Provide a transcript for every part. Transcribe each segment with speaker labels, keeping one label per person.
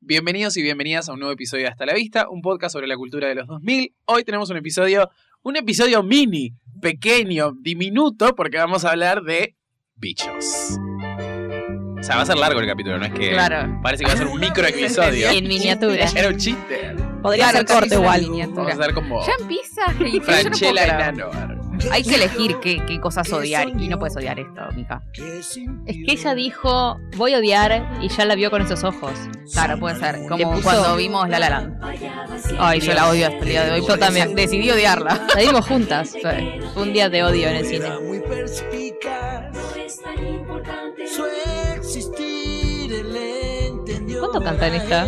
Speaker 1: Bienvenidos y bienvenidas a un nuevo episodio de Hasta la Vista, un podcast sobre la cultura de los 2000. Hoy tenemos un episodio, un episodio mini, pequeño, diminuto, porque vamos a hablar de bichos. O sea, va a ser largo el capítulo, no es que
Speaker 2: Claro.
Speaker 1: parece que va a ser un micro episodio.
Speaker 2: En miniatura.
Speaker 1: Era un chiste.
Speaker 3: Podría
Speaker 2: Claro,
Speaker 3: ser
Speaker 2: casi
Speaker 3: corto
Speaker 2: una
Speaker 3: igual.
Speaker 1: Vamos a
Speaker 2: miniatura.
Speaker 1: hacer como
Speaker 2: Ya empieza. Yo no puedo
Speaker 1: Franchella y
Speaker 2: creer.
Speaker 1: Nano.
Speaker 2: Hay que elegir qué, qué cosas odiar. Y no puedes odiar esto, Mika.
Speaker 4: Es que ella dijo, voy a odiar, y ya la vio con esos ojos.
Speaker 2: Claro, puede ser.
Speaker 4: Le
Speaker 2: Como
Speaker 4: puso-
Speaker 2: cuando vimos La La Land. Ay, yo la odio hasta el día de hoy.
Speaker 4: Yo
Speaker 2: porque
Speaker 4: también.
Speaker 2: Decidí odiarla.
Speaker 4: La vimos juntas.
Speaker 2: Sí.
Speaker 4: Fue un día de odio en el cine.
Speaker 5: muy perspicaz. Su existir él entendió.
Speaker 4: ¿Cuánto cantan esta?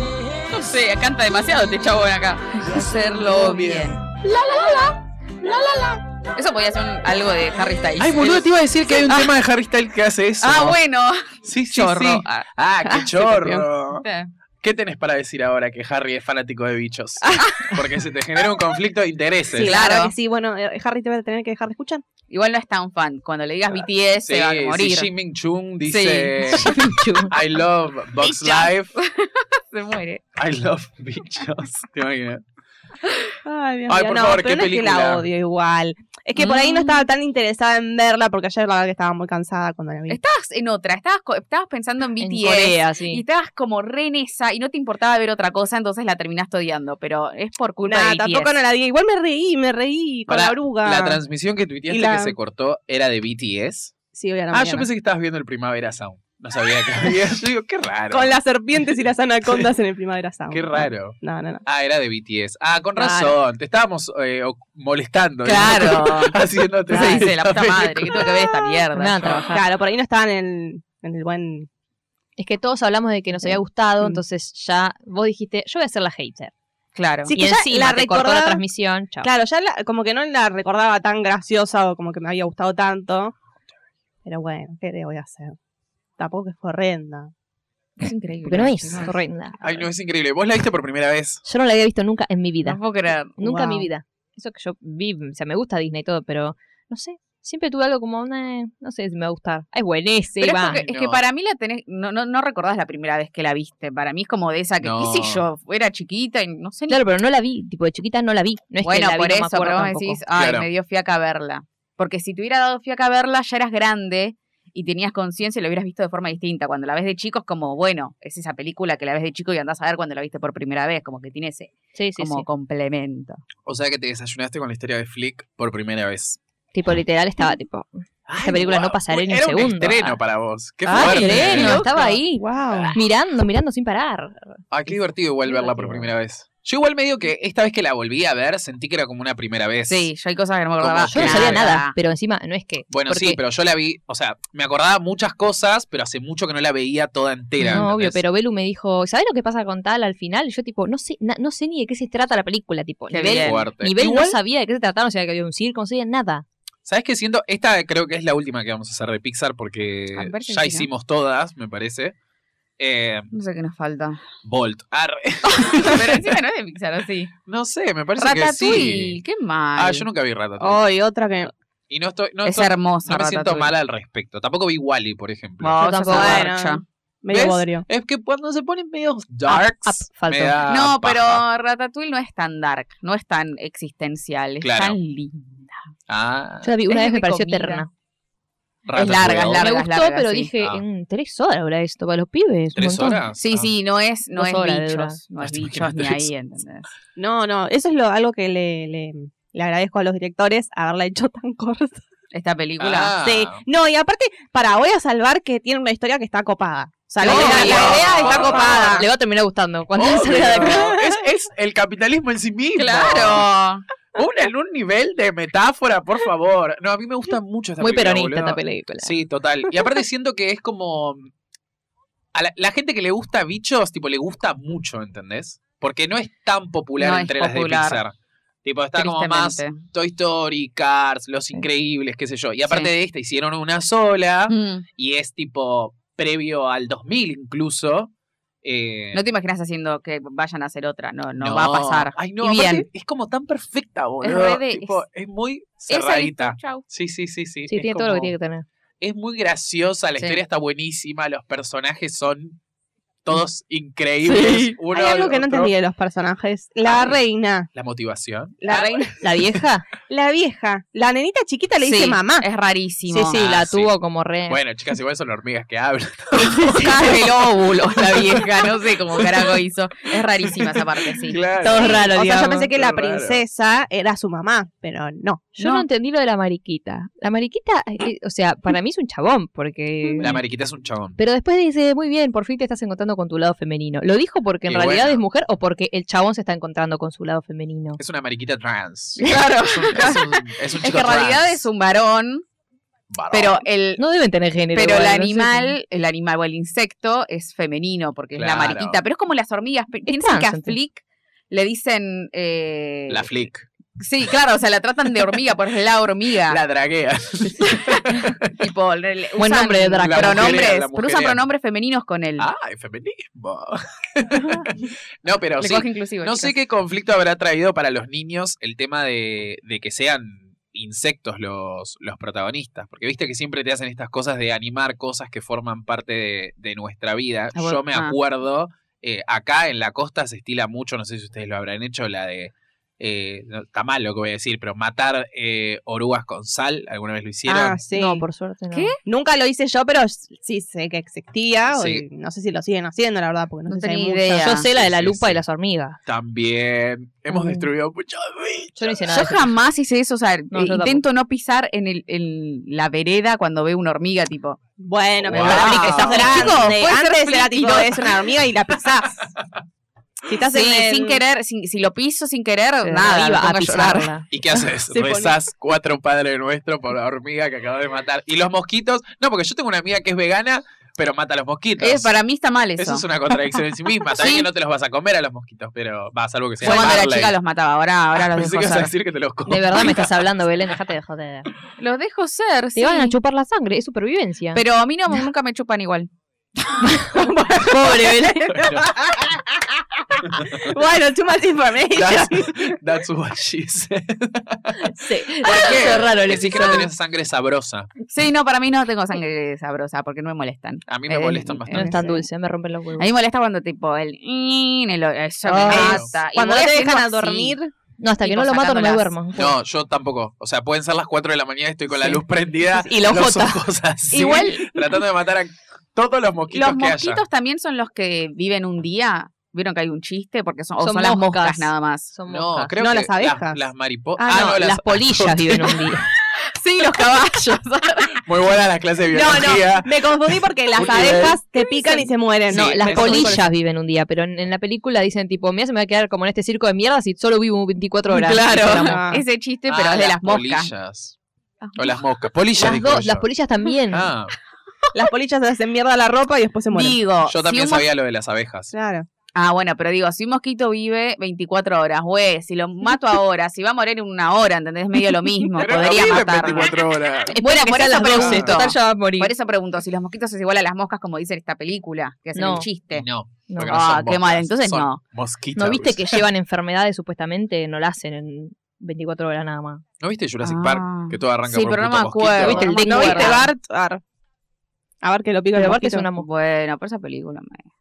Speaker 2: No sé, canta demasiado este chabón acá. Hacerlo bien. La la la la. Eso podía ser un- algo de Harry Styles.
Speaker 1: Ay, boludo, te iba a decir que hay un tema de Harry Styles que hace eso.
Speaker 2: Ah, bueno.
Speaker 1: Sí, sí,
Speaker 2: Chorro.
Speaker 1: sí.
Speaker 2: Ah,
Speaker 1: Ah,
Speaker 2: Ah,
Speaker 1: qué
Speaker 2: se
Speaker 1: chorro.
Speaker 2: sí.
Speaker 1: ¿Qué tenés para decir ahora que Harry es fanático de bichos? Porque se te genera un conflicto de intereses.
Speaker 2: Sí,
Speaker 3: la verdad
Speaker 2: claro.
Speaker 3: que sí, bueno, eh, Harry te va a tener que dejar de escuchar.
Speaker 2: Igual no es tan fan. Cuando le digas BTS
Speaker 1: Ah, Sí,
Speaker 2: se va a
Speaker 1: si
Speaker 2: morir.
Speaker 1: Jin Ming Chung dice
Speaker 4: Chu.
Speaker 1: I love Box
Speaker 2: Bichos.
Speaker 1: Life,
Speaker 2: Se muere.
Speaker 1: I love bichos. ¿Te imaginas?
Speaker 3: Ay, Dios
Speaker 1: Ay,
Speaker 3: mío,
Speaker 1: por
Speaker 3: no,
Speaker 1: favor,
Speaker 3: pero
Speaker 1: qué
Speaker 3: no es que la
Speaker 1: película.
Speaker 3: odio igual. Es que por ahí no
Speaker 2: Mm.
Speaker 3: estaba tan interesada en verla porque ayer la verdad que estaba muy cansada cuando la vi.
Speaker 2: Estabas en otra. Estabas, co- estabas pensando en
Speaker 4: En
Speaker 2: BTS.
Speaker 4: Corea,
Speaker 2: Y
Speaker 4: sí.
Speaker 2: estabas como re en esa y no te importaba ver otra cosa, entonces la terminaste odiando. Pero es por culpa
Speaker 3: Nada,
Speaker 2: de BTS.
Speaker 3: tampoco no la vi. Igual me reí, me reí con
Speaker 1: Pará,
Speaker 3: la oruga.
Speaker 1: La transmisión que tuiteaste
Speaker 3: Y la-
Speaker 1: que se cortó era de BTS.
Speaker 3: sí, hoy a la
Speaker 1: Ah, yo
Speaker 3: mañana.
Speaker 1: pensé que estabas viendo el Primavera Sound. No sabía que había. Yo digo, qué raro.
Speaker 3: Con las serpientes y las anacondas en el Primavera Sound.
Speaker 1: Qué raro.
Speaker 3: No, no, no.
Speaker 1: Ah, era de BTS. Ah, con
Speaker 3: Claro.
Speaker 1: razón. Te estábamos eh, o- molestando.
Speaker 2: Claro.
Speaker 1: Haciéndote.
Speaker 2: Entonces dice, la puta madre, que tengo que ver esta mierda.
Speaker 4: Nada,
Speaker 2: yo.
Speaker 4: a
Speaker 1: Ah.
Speaker 4: trabajar.
Speaker 3: Claro, por ahí no estaba en el, en el buen...
Speaker 4: Es que todos hablamos de que nos había gustado,
Speaker 3: Mm.
Speaker 4: entonces ya vos dijiste, yo voy a ser la hater.
Speaker 2: Claro.
Speaker 3: Sí,
Speaker 4: y
Speaker 3: que ya
Speaker 4: encima
Speaker 3: la
Speaker 4: te cortó la
Speaker 3: recordaba-
Speaker 4: transmisión, chao.
Speaker 3: Claro, ya la- como que no la recordaba tan graciosa o como que me había gustado tanto. Pero bueno, ¿qué le voy a hacer? Tampoco es horrenda.
Speaker 2: Es increíble.
Speaker 4: Porque no es horrenda.
Speaker 1: Ay, no, es increíble. Vos la viste por primera vez.
Speaker 4: Yo no la había visto nunca en mi vida.
Speaker 2: No puedo creer.
Speaker 4: Nunca en mi
Speaker 3: Wow.
Speaker 4: vida. Eso que yo vi, o sea, me gusta Disney y todo, pero no sé. Siempre tuve algo como, "Nah, no sé si me va a gustar. Ay,
Speaker 2: Pero es,
Speaker 4: buenísima.
Speaker 2: porque- es que
Speaker 1: No.
Speaker 2: para mí la tenés, no, no, no recordás la primera vez que la viste. Para mí es como de esa que,
Speaker 1: No.
Speaker 2: qué sé yo, era chiquita y no sé ni.
Speaker 4: Claro, pero no la vi. Tipo, de chiquita no la vi. No es
Speaker 2: bueno,
Speaker 4: que la
Speaker 2: por
Speaker 4: vi, no me
Speaker 2: eso, pero
Speaker 4: acuerdo
Speaker 2: vos
Speaker 4: tampoco.
Speaker 2: decís, ay,
Speaker 1: Claro.
Speaker 2: me dio fiaca verla. Porque si te hubiera dado fiaca verla, ya eras grande y tenías conciencia y lo hubieras visto de forma distinta. Cuando la ves de chico es como, bueno, es esa película que la ves de chico y andás a ver cuando la viste por primera vez, como que tiene ese
Speaker 4: Sí, sí,
Speaker 2: como
Speaker 4: sí.
Speaker 2: complemento.
Speaker 1: O sea que te desayunaste con la historia de Flick por primera vez.
Speaker 4: Tipo, literal estaba tipo,
Speaker 1: Ay,
Speaker 4: película no pasaré
Speaker 1: Uy,
Speaker 4: ni un
Speaker 1: era un
Speaker 4: segundo.
Speaker 1: estreno
Speaker 4: Ah.
Speaker 1: para vos. Qué
Speaker 4: ah,
Speaker 1: fuerte.
Speaker 4: estreno, estaba ahí.
Speaker 3: ¡Wow!
Speaker 4: Mirando, mirando sin parar.
Speaker 1: Ah, qué divertido igual
Speaker 4: Qué
Speaker 1: verla por
Speaker 4: divertido.
Speaker 1: primera vez. Yo igual medio que esta vez que la volví a ver sentí que era como una primera vez.
Speaker 2: Sí, yo hay cosas que no me
Speaker 1: Como
Speaker 2: acordaba.
Speaker 4: Yo no
Speaker 1: Claro.
Speaker 4: sabía nada, pero encima no es que.
Speaker 1: Bueno, sí,
Speaker 4: porque-
Speaker 1: pero yo la vi, o sea, me acordaba muchas cosas, pero hace mucho que no la veía toda entera.
Speaker 4: No, obvio,
Speaker 1: ¿entendés?
Speaker 4: pero Belu me dijo, ¿sabes lo que pasa con tal al final? Y Yo, tipo, no sé, na- no sé ni de qué se trata la película, tipo.
Speaker 2: Qué
Speaker 4: nivel
Speaker 2: bien.
Speaker 1: Fuerte.
Speaker 4: nivel
Speaker 1: Igual,
Speaker 4: no sabía de qué se trataba, no sabía que había un circo, no sabía nada.
Speaker 1: ¿Sabes qué siento? Esta creo que es la última que vamos a hacer de Pixar porque
Speaker 2: Ah, me parece
Speaker 1: ya
Speaker 2: que sí, ¿no?
Speaker 1: hicimos todas, me parece. Eh,
Speaker 2: No sé qué nos falta.
Speaker 1: Bolt. Arre.
Speaker 2: pero encima no es de Pixar, ¿o sí?
Speaker 1: No sé, me parece que
Speaker 2: Ratatouille,
Speaker 1: sí.
Speaker 2: qué mal.
Speaker 1: Ah, yo nunca vi Ratatouille.
Speaker 3: Hoy Oh, otra que.
Speaker 1: Y no estoy, no,
Speaker 2: es
Speaker 1: estoy-
Speaker 2: hermosa
Speaker 1: no me siento
Speaker 2: Ratatouille.
Speaker 1: mal al respecto. Tampoco vi Wally, por ejemplo.
Speaker 2: No, esa
Speaker 4: Yo
Speaker 2: es
Speaker 4: tampoco.
Speaker 2: una
Speaker 3: Bueno.
Speaker 2: garcha.
Speaker 3: medio
Speaker 1: ¿Ves?
Speaker 3: bodrio.
Speaker 1: Es que cuando se ponen medio darks,
Speaker 4: up, faltó.
Speaker 1: me da
Speaker 2: No, pero
Speaker 1: Ah, paja.
Speaker 2: Ratatouille no es tan dark, no es tan existencial, es
Speaker 1: Claro.
Speaker 2: tan linda.
Speaker 1: Ah,
Speaker 4: Yo la vi una
Speaker 2: Es
Speaker 4: vez, me
Speaker 2: de
Speaker 4: pareció
Speaker 2: comida.
Speaker 4: eterna.
Speaker 2: es larga, es
Speaker 1: Ratatouille.
Speaker 2: larga.
Speaker 4: me
Speaker 2: Largas,
Speaker 4: gustó,
Speaker 2: largas,
Speaker 4: pero
Speaker 2: sí.
Speaker 4: dije,
Speaker 1: Ah.
Speaker 4: en tres horas habrá esto para los pibes. un
Speaker 1: ¿Tres
Speaker 4: montón.
Speaker 1: horas?
Speaker 2: Sí,
Speaker 1: Ah.
Speaker 2: sí, no es, no
Speaker 4: Dos
Speaker 2: es
Speaker 4: horas de
Speaker 2: bichos,
Speaker 4: duración.
Speaker 2: no es
Speaker 1: Ah, te
Speaker 2: bichos ni
Speaker 1: imaginas
Speaker 2: ahí,
Speaker 1: eso.
Speaker 2: ¿entendés?
Speaker 3: No, no, eso es lo, algo que le, le, le agradezco a los directores haberla hecho tan corta.
Speaker 2: Esta película.
Speaker 1: Ah.
Speaker 3: Sí. No, y aparte, para, voy a salvar que tiene una historia que está copada. O sea, la,
Speaker 2: No,
Speaker 3: idea, la
Speaker 2: no,
Speaker 3: idea está
Speaker 1: no,
Speaker 3: copada.
Speaker 4: Le va a terminar gustando. Cuando
Speaker 1: Obvio.
Speaker 4: salga de acá.
Speaker 1: es, es el capitalismo en sí mismo.
Speaker 2: Claro.
Speaker 1: Un, en un nivel de metáfora, por favor. No, a mí me gusta mucho esta
Speaker 4: Muy
Speaker 1: película,
Speaker 4: peronista
Speaker 1: boludo.
Speaker 4: esta película.
Speaker 1: Sí, total. Y aparte siento que es como. mm, A la, la gente que le gusta bichos, tipo, le gusta mucho, ¿entendés? Porque no es tan popular
Speaker 2: No es
Speaker 1: entre las
Speaker 2: popular.
Speaker 1: de Pixar. Tipo, está como más
Speaker 2: tristemente.
Speaker 1: Toy Story, Cars, Los Increíbles, qué sé yo. Y aparte
Speaker 2: Sí.
Speaker 1: de esta, hicieron una sola
Speaker 2: Mm.
Speaker 1: y es tipo previo al 2000 incluso. Eh,
Speaker 2: No te imaginas haciendo que vayan a hacer otra, no, no, va a pasar.
Speaker 1: Ay, no,
Speaker 2: Y
Speaker 1: aparte
Speaker 2: bien.
Speaker 1: es como tan perfecta, boludo.
Speaker 2: re
Speaker 1: Es,
Speaker 2: de-
Speaker 1: tipo, es, muy cerradita.
Speaker 2: Chau.
Speaker 1: Sí, sí, sí, sí.
Speaker 4: Sí,
Speaker 1: es
Speaker 4: tiene todo lo que
Speaker 1: como-
Speaker 4: tiene que tener.
Speaker 1: Es muy graciosa, la
Speaker 2: Sí.
Speaker 1: historia está buenísima, los personajes son todos increíbles.
Speaker 3: Sí.
Speaker 1: uno
Speaker 3: Hay algo
Speaker 1: al
Speaker 3: que no
Speaker 1: otro.
Speaker 3: entendí de los personajes. La
Speaker 1: Ah.
Speaker 3: reina,
Speaker 1: La motivación.
Speaker 3: la reina,
Speaker 4: ¿La vieja?
Speaker 3: la vieja, la nenita chiquita Ah, le dice
Speaker 2: Sí,
Speaker 3: mamá.
Speaker 2: Es rarísimo.
Speaker 4: Sí, sí,
Speaker 1: Ah,
Speaker 4: la
Speaker 1: sí.
Speaker 4: tuvo como re.
Speaker 1: Bueno, chicas, igual son hormigas que hablan.
Speaker 2: Cae el óvulo la vieja, no sé cómo carajo hizo. Es rarísima esa parte, sí.
Speaker 1: Claro.
Speaker 4: Todo
Speaker 3: O
Speaker 4: raro,
Speaker 3: sea,
Speaker 4: digamos.
Speaker 3: yo pensé que la
Speaker 1: Qué raro.
Speaker 3: princesa era su mamá, pero no.
Speaker 4: Yo no. entendí lo de la mariquita. La mariquita, eh, o sea, para mí es un chabón, porque...
Speaker 1: La mariquita es un chabón.
Speaker 4: Pero después dice, muy bien, por fin te estás encontrando con tu lado femenino. ¿Lo dijo porque en
Speaker 1: Y
Speaker 4: realidad
Speaker 1: bueno.
Speaker 4: es mujer o porque el chabón se está encontrando con su lado femenino?
Speaker 1: Es una mariquita trans.
Speaker 2: Claro.
Speaker 1: Es un, es un- es un
Speaker 2: Es
Speaker 1: chico
Speaker 2: que en realidad
Speaker 1: trans.
Speaker 2: es un varón,
Speaker 1: Varón.
Speaker 2: pero el
Speaker 4: No deben tener género.
Speaker 2: pero el
Speaker 4: igual, no sé.
Speaker 2: animal, el animal o el insecto es femenino porque es la
Speaker 1: Claro.
Speaker 2: mariquita, pero es como las hormigas. Pe- Piensa
Speaker 4: trans,
Speaker 2: que a
Speaker 4: entonces.
Speaker 2: Flick le dicen eh,
Speaker 1: La flick.
Speaker 2: Sí, claro, o sea, la tratan de hormiga, por es la hormiga.
Speaker 1: La draguea.
Speaker 2: tipo, le- le-
Speaker 4: Buen
Speaker 2: usan
Speaker 4: nombre de drag.
Speaker 1: La mujerea,
Speaker 2: pronombres,
Speaker 1: la Ah,
Speaker 2: pero usan
Speaker 1: mujerea.
Speaker 2: pronombres femeninos con él.
Speaker 1: ¡Ay, feminismo! no, pero sí.
Speaker 2: Lenguaje inclusivo.
Speaker 1: No sé
Speaker 2: chicas.
Speaker 1: qué conflicto habrá traído para los niños el tema de, de que sean insectos los, los protagonistas. Porque viste que siempre te hacen estas cosas de animar cosas que forman parte de, de nuestra vida.
Speaker 2: Ah, bueno,
Speaker 1: Yo me
Speaker 2: ah.
Speaker 1: acuerdo, eh, acá en la costa se estila mucho, no sé si ustedes lo habrán hecho, la de. eh, no, está mal lo que voy a decir, pero matar eh, orugas con sal, ¿alguna vez lo hicieron?
Speaker 3: Ah, sí.
Speaker 4: No, por suerte no.
Speaker 2: ¿Qué?
Speaker 3: Nunca lo hice yo, pero sí sé que existía. o-
Speaker 1: Sí.
Speaker 3: no sé si lo siguen haciendo, la verdad, porque no,
Speaker 2: No
Speaker 3: sé si hay
Speaker 2: tenía
Speaker 3: mucho.
Speaker 2: idea.
Speaker 4: Yo sé la de la
Speaker 1: Sí,
Speaker 4: lupa
Speaker 1: sí.
Speaker 4: y las hormigas.
Speaker 1: También. Hemos
Speaker 4: También.
Speaker 1: destruido muchos bichos.
Speaker 4: Yo no hice nada.
Speaker 2: Yo
Speaker 4: de eso.
Speaker 2: jamás hice eso, o sea,
Speaker 4: No,
Speaker 2: eh,
Speaker 4: yo
Speaker 2: intento no pisar en, el, en la vereda cuando veo una hormiga, tipo.
Speaker 3: Bueno, pero
Speaker 1: Wow.
Speaker 3: pará, que estás grande.
Speaker 2: Chicos, puede ser
Speaker 3: Antes era
Speaker 2: flick y
Speaker 3: tipo,
Speaker 2: no-
Speaker 3: es una hormiga y la pisás. Si estás
Speaker 2: sí,
Speaker 3: en el-
Speaker 2: sin querer, sin- si lo piso sin querer,
Speaker 4: Sí,
Speaker 2: nada,
Speaker 4: iba
Speaker 2: me pongo
Speaker 4: a
Speaker 2: a llorar.
Speaker 4: pisarla.
Speaker 1: ¿Y qué haces?
Speaker 3: Se pone-
Speaker 1: Rezás cuatro padres nuestros por la hormiga que acabas de matar. ¿Y los mosquitos? No, porque yo tengo una amiga que es vegana, pero mata a los mosquitos.
Speaker 2: Eh, para mí está mal eso.
Speaker 1: Eso es una contradicción en sí misma. Sabés
Speaker 2: Sí.
Speaker 1: que no te los vas a comer a los mosquitos, pero va, salvo que sea
Speaker 2: Yo cuando era
Speaker 1: Marley.
Speaker 2: chica los mataba, ahora, ahora los
Speaker 1: Pensé
Speaker 2: dejo
Speaker 1: que ibas a
Speaker 2: ser.
Speaker 1: decir que te los comes.
Speaker 4: De verdad me estás hablando, Belén, déjate de joder.
Speaker 2: Los dejo ser, sí.
Speaker 4: Te van a chupar la sangre, es supervivencia.
Speaker 2: Pero a mí no, nunca me chupan igual.
Speaker 4: pobre Belén.
Speaker 1: Bueno,
Speaker 3: Bueno, too much information.
Speaker 1: that's, that's what she said.
Speaker 4: Sí.
Speaker 1: qué?
Speaker 4: Es raro el
Speaker 1: Decís que no
Speaker 4: episodio.
Speaker 1: tenés sangre sabrosa.
Speaker 2: Sí, no, para mí no tengo sangre sabrosa porque no me molestan.
Speaker 1: A mí me
Speaker 2: Eh,
Speaker 1: molestan
Speaker 4: No
Speaker 1: bastante.
Speaker 4: es tan dulce, me rompen los huevos.
Speaker 2: A mí me molesta cuando tipo el... in, el eso me
Speaker 4: Ah,
Speaker 2: mata. Y
Speaker 3: Cuando
Speaker 2: voy
Speaker 3: no te
Speaker 2: haciendo
Speaker 3: dejan a
Speaker 2: así.
Speaker 3: dormir,
Speaker 4: No, hasta que
Speaker 2: tipo
Speaker 4: no lo mato no me
Speaker 2: sacándolas.
Speaker 4: duermo.
Speaker 1: No, yo tampoco. O sea, pueden ser las 4 de la mañana y estoy con la
Speaker 2: Sí.
Speaker 1: luz prendida.
Speaker 4: Y los
Speaker 1: los
Speaker 4: jotas.
Speaker 1: ojos así,
Speaker 2: Igual
Speaker 1: Tratando de matar a todos los mosquitos
Speaker 2: los
Speaker 1: que
Speaker 2: mosquitos
Speaker 1: haya.
Speaker 2: también son los que viven un día. Vieron que hay un chiste porque son, o
Speaker 4: Son
Speaker 2: son las moscas
Speaker 4: moscas.
Speaker 2: nada más.
Speaker 4: Son
Speaker 1: No,
Speaker 4: moscas.
Speaker 1: creo
Speaker 3: No,
Speaker 1: que
Speaker 3: las abejas.
Speaker 1: Las, mariposas.
Speaker 4: Ah, no, las, polillas viven un día.
Speaker 2: Sí, los caballos.
Speaker 1: Muy buena la clase de
Speaker 3: No, no.
Speaker 1: biología.
Speaker 3: me confundí porque las
Speaker 1: Muy
Speaker 3: abejas te pican y se mueren.
Speaker 1: eh, Sí,
Speaker 4: No, las
Speaker 1: me confundí con
Speaker 4: polillas viven un día, pero en, en la película dicen tipo, mira, se me va a quedar como en este circo de mierda si solo vivo 24 horas. Eso era mo-
Speaker 3: Ah.
Speaker 2: Ese chiste, pero
Speaker 1: Ah,
Speaker 2: es de las moscas.
Speaker 1: polillas. O las moscas. Polillas,
Speaker 4: Las,
Speaker 1: digo
Speaker 4: dos,
Speaker 1: yo.
Speaker 4: las polillas también.
Speaker 1: Ah,
Speaker 3: Las polillas se hacen mierda la ropa y después se mueren.
Speaker 2: Digo,
Speaker 1: yo
Speaker 2: si
Speaker 1: también
Speaker 2: un mos-
Speaker 1: sabía lo de las abejas.
Speaker 3: Claro.
Speaker 2: Ah, bueno, pero digo, si un mosquito vive 24 horas, güey, si lo mato ahora, si va a morir en una hora, ¿entendés? Medio lo mismo,
Speaker 1: Pero no
Speaker 2: podría
Speaker 1: viven
Speaker 2: matarlo.
Speaker 1: 24 horas.
Speaker 2: Bueno, por
Speaker 4: muera
Speaker 2: eso
Speaker 4: a las 12,
Speaker 2: pregunto.
Speaker 4: total ya va a morir.
Speaker 2: Por eso pregunto, si los mosquitos es igual a las moscas como dice esta película, que hacen
Speaker 4: No.
Speaker 2: un chiste.
Speaker 1: No,
Speaker 4: No.
Speaker 1: porque no
Speaker 2: Ah,
Speaker 1: son
Speaker 2: qué
Speaker 1: moscas,
Speaker 2: mal, entonces
Speaker 1: son
Speaker 2: no.
Speaker 1: Mosquitos.
Speaker 4: ¿No viste que llevan enfermedades supuestamente? No la hacen en 24 horas nada más.
Speaker 1: ¿No viste Jurassic
Speaker 2: Ah.
Speaker 1: Park? Que todo arranca
Speaker 2: Sí,
Speaker 1: por un
Speaker 2: pero no
Speaker 1: puto
Speaker 2: me
Speaker 1: mosquito.
Speaker 2: acuerdo.
Speaker 4: ¿Viste el
Speaker 2: no me
Speaker 4: Dick
Speaker 3: ¿No viste
Speaker 2: acuerdo.
Speaker 3: Bart? Ar. A ver que lo pica el
Speaker 4: Pero Bart es
Speaker 3: mosquito.
Speaker 4: una mosca.
Speaker 2: Bueno, por esa película. me-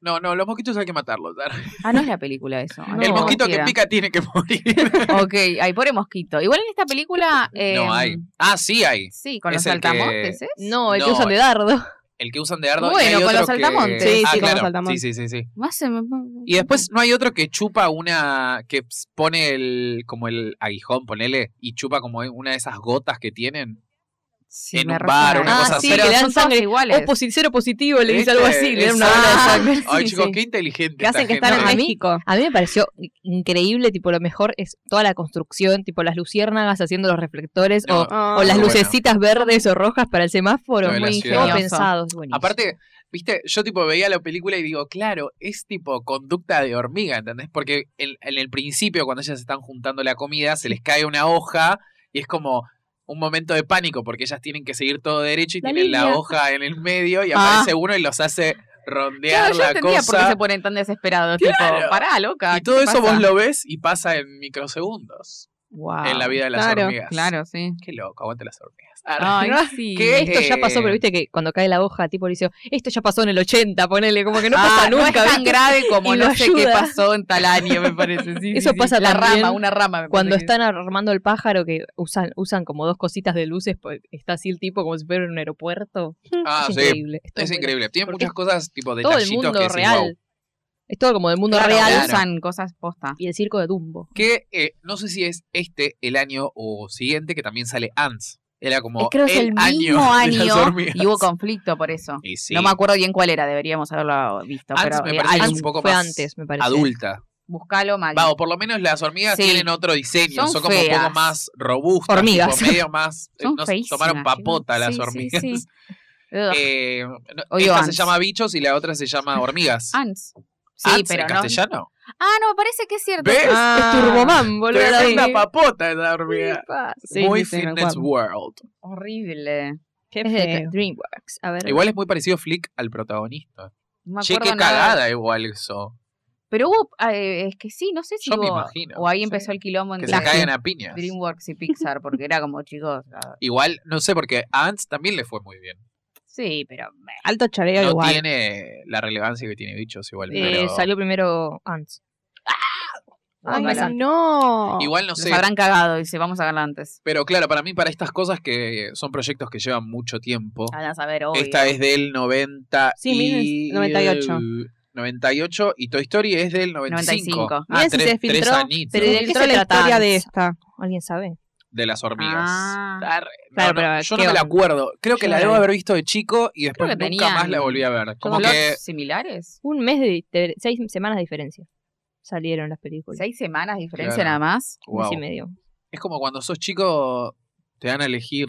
Speaker 1: No, no, los mosquitos hay que matarlos. Dar.
Speaker 2: Ah, no es la película eso. Ay,
Speaker 1: el
Speaker 4: No,
Speaker 1: mosquito
Speaker 2: cualquiera.
Speaker 1: que pica tiene que morir.
Speaker 2: Ok, ay, pobre mosquito. Igual en esta película. eh,
Speaker 1: no hay. Ah, sí hay.
Speaker 2: Sí, con
Speaker 1: Es
Speaker 2: los
Speaker 1: el que-
Speaker 2: saltamontes. ¿es?
Speaker 4: No, el que
Speaker 1: No,
Speaker 4: usan de dardo.
Speaker 1: El que usan de dardo. y
Speaker 2: Bueno,
Speaker 1: hay
Speaker 2: con
Speaker 1: otro
Speaker 2: los
Speaker 1: que-
Speaker 2: saltamontes.
Speaker 3: Sí,
Speaker 1: ah,
Speaker 3: sí, con los
Speaker 1: claro.
Speaker 3: saltamontes.
Speaker 1: Sí, sí, sí, sí.
Speaker 2: Más Ah, se me-
Speaker 1: Y después no hay otro que chupa una. que ps- pone el. como el aguijón, ponele, y chupa como una de esas gotas que tienen.
Speaker 2: Sí,
Speaker 1: en
Speaker 2: me Ah,
Speaker 1: un bar,
Speaker 2: resuena.
Speaker 1: una cosa así.
Speaker 2: pero
Speaker 4: Que le dan
Speaker 2: son todas
Speaker 4: sangre.
Speaker 2: iguales.
Speaker 4: O posi- cero positivo, le dice algo
Speaker 1: ¿Viste?
Speaker 4: así, le dan una
Speaker 1: Esa-
Speaker 4: bola de sangre.
Speaker 1: Ay,
Speaker 4: Sí,
Speaker 1: chicos,
Speaker 4: sí.
Speaker 1: qué inteligente.
Speaker 3: Que hacen
Speaker 1: esta
Speaker 3: que están en
Speaker 1: gente.
Speaker 4: A mí-
Speaker 3: México.
Speaker 4: A mí me pareció increíble, tipo, lo mejor es toda la construcción, tipo, las luciérnagas haciendo los reflectores
Speaker 1: No,
Speaker 4: o, o
Speaker 1: Ah,
Speaker 4: las
Speaker 1: bueno.
Speaker 4: lucecitas verdes o rojas para el semáforo.
Speaker 1: Lo de la
Speaker 4: Muy
Speaker 1: ciudad.
Speaker 4: ingenioso. pensados. buenísimo.
Speaker 1: Aparte, viste, yo tipo veía la película y digo, claro, es tipo conducta de hormiga, ¿entendés? Porque en, en el principio, cuando ellas están juntando la comida, se les cae una hoja y es como un momento de pánico porque ellas tienen que seguir todo derecho y
Speaker 4: La
Speaker 1: tienen la
Speaker 4: línea.
Speaker 1: hoja en el medio y
Speaker 2: Ah.
Speaker 1: aparece uno y los hace rondear
Speaker 2: Claro, yo
Speaker 1: la
Speaker 2: entendía
Speaker 1: cosa.
Speaker 2: por qué se ponen tan desesperados. Tipo, pará, loca.
Speaker 1: Y todo
Speaker 2: ¿qué
Speaker 1: eso
Speaker 2: pasa?
Speaker 1: vos lo ves y pasa en microsegundos.
Speaker 2: Wow.
Speaker 1: en la vida de las
Speaker 3: claro,
Speaker 1: hormigas.
Speaker 2: Claro, sí.
Speaker 1: Qué loco, aguante las hormigas. Arre.
Speaker 2: Ay, sí.
Speaker 1: ¿Qué?
Speaker 4: Esto ya pasó,
Speaker 1: Eh.
Speaker 4: pero viste que cuando cae la hoja, tipo le dice, esto ya pasó en el 80, ponele, como que no pasa
Speaker 2: Ah,
Speaker 4: nunca.
Speaker 2: No es tan
Speaker 4: ¿viste?
Speaker 2: grave como
Speaker 4: Y
Speaker 2: no
Speaker 4: lo
Speaker 2: sé qué
Speaker 4: ayuda.
Speaker 2: pasó en tal año, me parece. Sí,
Speaker 4: Eso
Speaker 2: sí, sí.
Speaker 4: pasa
Speaker 2: La
Speaker 4: también
Speaker 2: rama, una rama. me
Speaker 4: Cuando
Speaker 2: parece que
Speaker 4: están armando el pájaro, que usan, usan como dos cositas de luces, pues, está así el tipo como si fuera en un aeropuerto.
Speaker 1: Ah,
Speaker 4: es
Speaker 1: sí.
Speaker 4: increíble. está
Speaker 1: Es
Speaker 4: bueno.
Speaker 1: increíble. Tiene
Speaker 4: Porque
Speaker 1: muchas cosas tipo
Speaker 4: Todo el
Speaker 1: detallitos
Speaker 4: mundo
Speaker 1: que decís,
Speaker 4: real.
Speaker 1: wow.
Speaker 4: Es todo como del mundo
Speaker 2: Claro,
Speaker 4: real.
Speaker 1: claro.
Speaker 2: usan cosas posta.
Speaker 4: Y el circo de Dumbo.
Speaker 1: Que eh, no sé si es este el año o siguiente que también sale Ants. Era como
Speaker 2: Eh, creo que es el
Speaker 1: año
Speaker 2: mismo
Speaker 1: de las
Speaker 2: año
Speaker 1: hormigas.
Speaker 2: y hubo conflicto por eso.
Speaker 1: Y sí,
Speaker 2: No me acuerdo bien cuál era, deberíamos haberlo visto.
Speaker 1: Antes
Speaker 2: pero
Speaker 1: me
Speaker 2: eh,
Speaker 1: parece que
Speaker 2: al-
Speaker 1: es un poco
Speaker 4: Fue
Speaker 1: más
Speaker 4: antes, me parece.
Speaker 1: adulta.
Speaker 2: buscalo mal.
Speaker 1: Va, o por lo menos las hormigas
Speaker 2: Sí.
Speaker 1: tienen otro diseño. Son,
Speaker 2: Son
Speaker 1: como un poco
Speaker 2: feas.
Speaker 1: más robustas.
Speaker 4: Hormigas.
Speaker 1: tipo medio más. eh,
Speaker 2: Son
Speaker 1: no sé,
Speaker 2: feísimas,
Speaker 1: tomaron
Speaker 2: chicos.
Speaker 1: papota las
Speaker 2: Sí, sí,
Speaker 1: hormigas.
Speaker 2: sí. Ugh.
Speaker 1: Eh, no,
Speaker 2: Odio
Speaker 1: esta se
Speaker 2: Ants.
Speaker 1: llama bichos y la otra se llama hormigas.
Speaker 2: Ants. Sí,
Speaker 1: Ants
Speaker 2: pero
Speaker 1: en
Speaker 2: no.
Speaker 1: castellano.
Speaker 2: Ah, no, me parece que es cierto.
Speaker 1: ¿Ves?
Speaker 3: Ah,
Speaker 4: Es Turbomán, boludo.
Speaker 1: Tremenda
Speaker 4: Sí.
Speaker 1: papota esa hormiga.
Speaker 4: Flipas.
Speaker 3: Sí,
Speaker 1: muy
Speaker 3: sí, sí, me
Speaker 1: Fitness
Speaker 3: acuerdo.
Speaker 1: World.
Speaker 2: Horrible.
Speaker 3: Qué
Speaker 4: Es de
Speaker 3: feo.
Speaker 4: DreamWorks. A ver.
Speaker 1: Igual es muy parecido Flick al protagonista.
Speaker 2: No me
Speaker 1: Che,
Speaker 2: acuerdo
Speaker 1: qué
Speaker 2: nada.
Speaker 1: cagada igual eso.
Speaker 2: Pero hubo, eh, es que sí, no sé si
Speaker 1: Yo me
Speaker 2: hubo-
Speaker 1: imagino,
Speaker 2: o ahí
Speaker 1: sí.
Speaker 2: empezó el quilombo
Speaker 1: Que
Speaker 2: entre
Speaker 1: se caigan a piñas.
Speaker 2: DreamWorks y Pixar, porque era como, chicos, ah,
Speaker 1: Igual, no sé, porque a Ants también le fue muy bien.
Speaker 2: sí, pero meh.
Speaker 3: Alto choreo
Speaker 1: no
Speaker 3: igual.
Speaker 1: tiene la relevancia que tiene Bichos igual.
Speaker 4: Eh,
Speaker 1: pero-
Speaker 4: Salió primero Ants.
Speaker 3: Ay,
Speaker 2: Ojalá.
Speaker 3: no.
Speaker 1: Igual no sé.
Speaker 2: los habrán cagado, dice, vamos a ganar antes.
Speaker 1: Pero claro, para mí, para estas cosas que son proyectos que llevan mucho tiempo,
Speaker 2: Van a saber hoy.
Speaker 1: Oh. esta es del 90
Speaker 3: Sí,
Speaker 1: y...
Speaker 3: 98.
Speaker 1: 98 y Toy Story es del 95.
Speaker 2: 95.
Speaker 1: Ah,
Speaker 3: Mirá si
Speaker 1: tres,
Speaker 3: se
Speaker 1: tres
Speaker 3: filtró,
Speaker 1: añitos
Speaker 4: pero
Speaker 3: Se
Speaker 4: ¿de qué
Speaker 3: filtró
Speaker 4: se
Speaker 3: la
Speaker 4: trata
Speaker 3: historia
Speaker 4: Ants?
Speaker 3: de esta.
Speaker 4: ¿Alguien sabe?
Speaker 1: de las hormigas.
Speaker 2: Ah.
Speaker 1: Arre. No,
Speaker 4: Claro,
Speaker 1: no,
Speaker 4: pero
Speaker 1: yo
Speaker 4: ¿qué
Speaker 1: no me la
Speaker 4: onda?
Speaker 1: acuerdo. Creo que
Speaker 4: Yo
Speaker 1: la
Speaker 4: no la
Speaker 1: debo
Speaker 4: vi.
Speaker 1: haber visto de chico y después
Speaker 2: que
Speaker 1: nunca
Speaker 2: tenían
Speaker 1: más la volví a ver. Como
Speaker 2: ¿Todos
Speaker 1: que
Speaker 2: similares?
Speaker 4: Un mes de, difer- seis semanas de diferencia. Salieron las películas.
Speaker 2: ¿Seis semanas de diferencia
Speaker 1: Claro.
Speaker 2: nada más?
Speaker 4: Un mes
Speaker 1: Guau.
Speaker 4: y medio.
Speaker 1: es como cuando sos chico te dan a elegir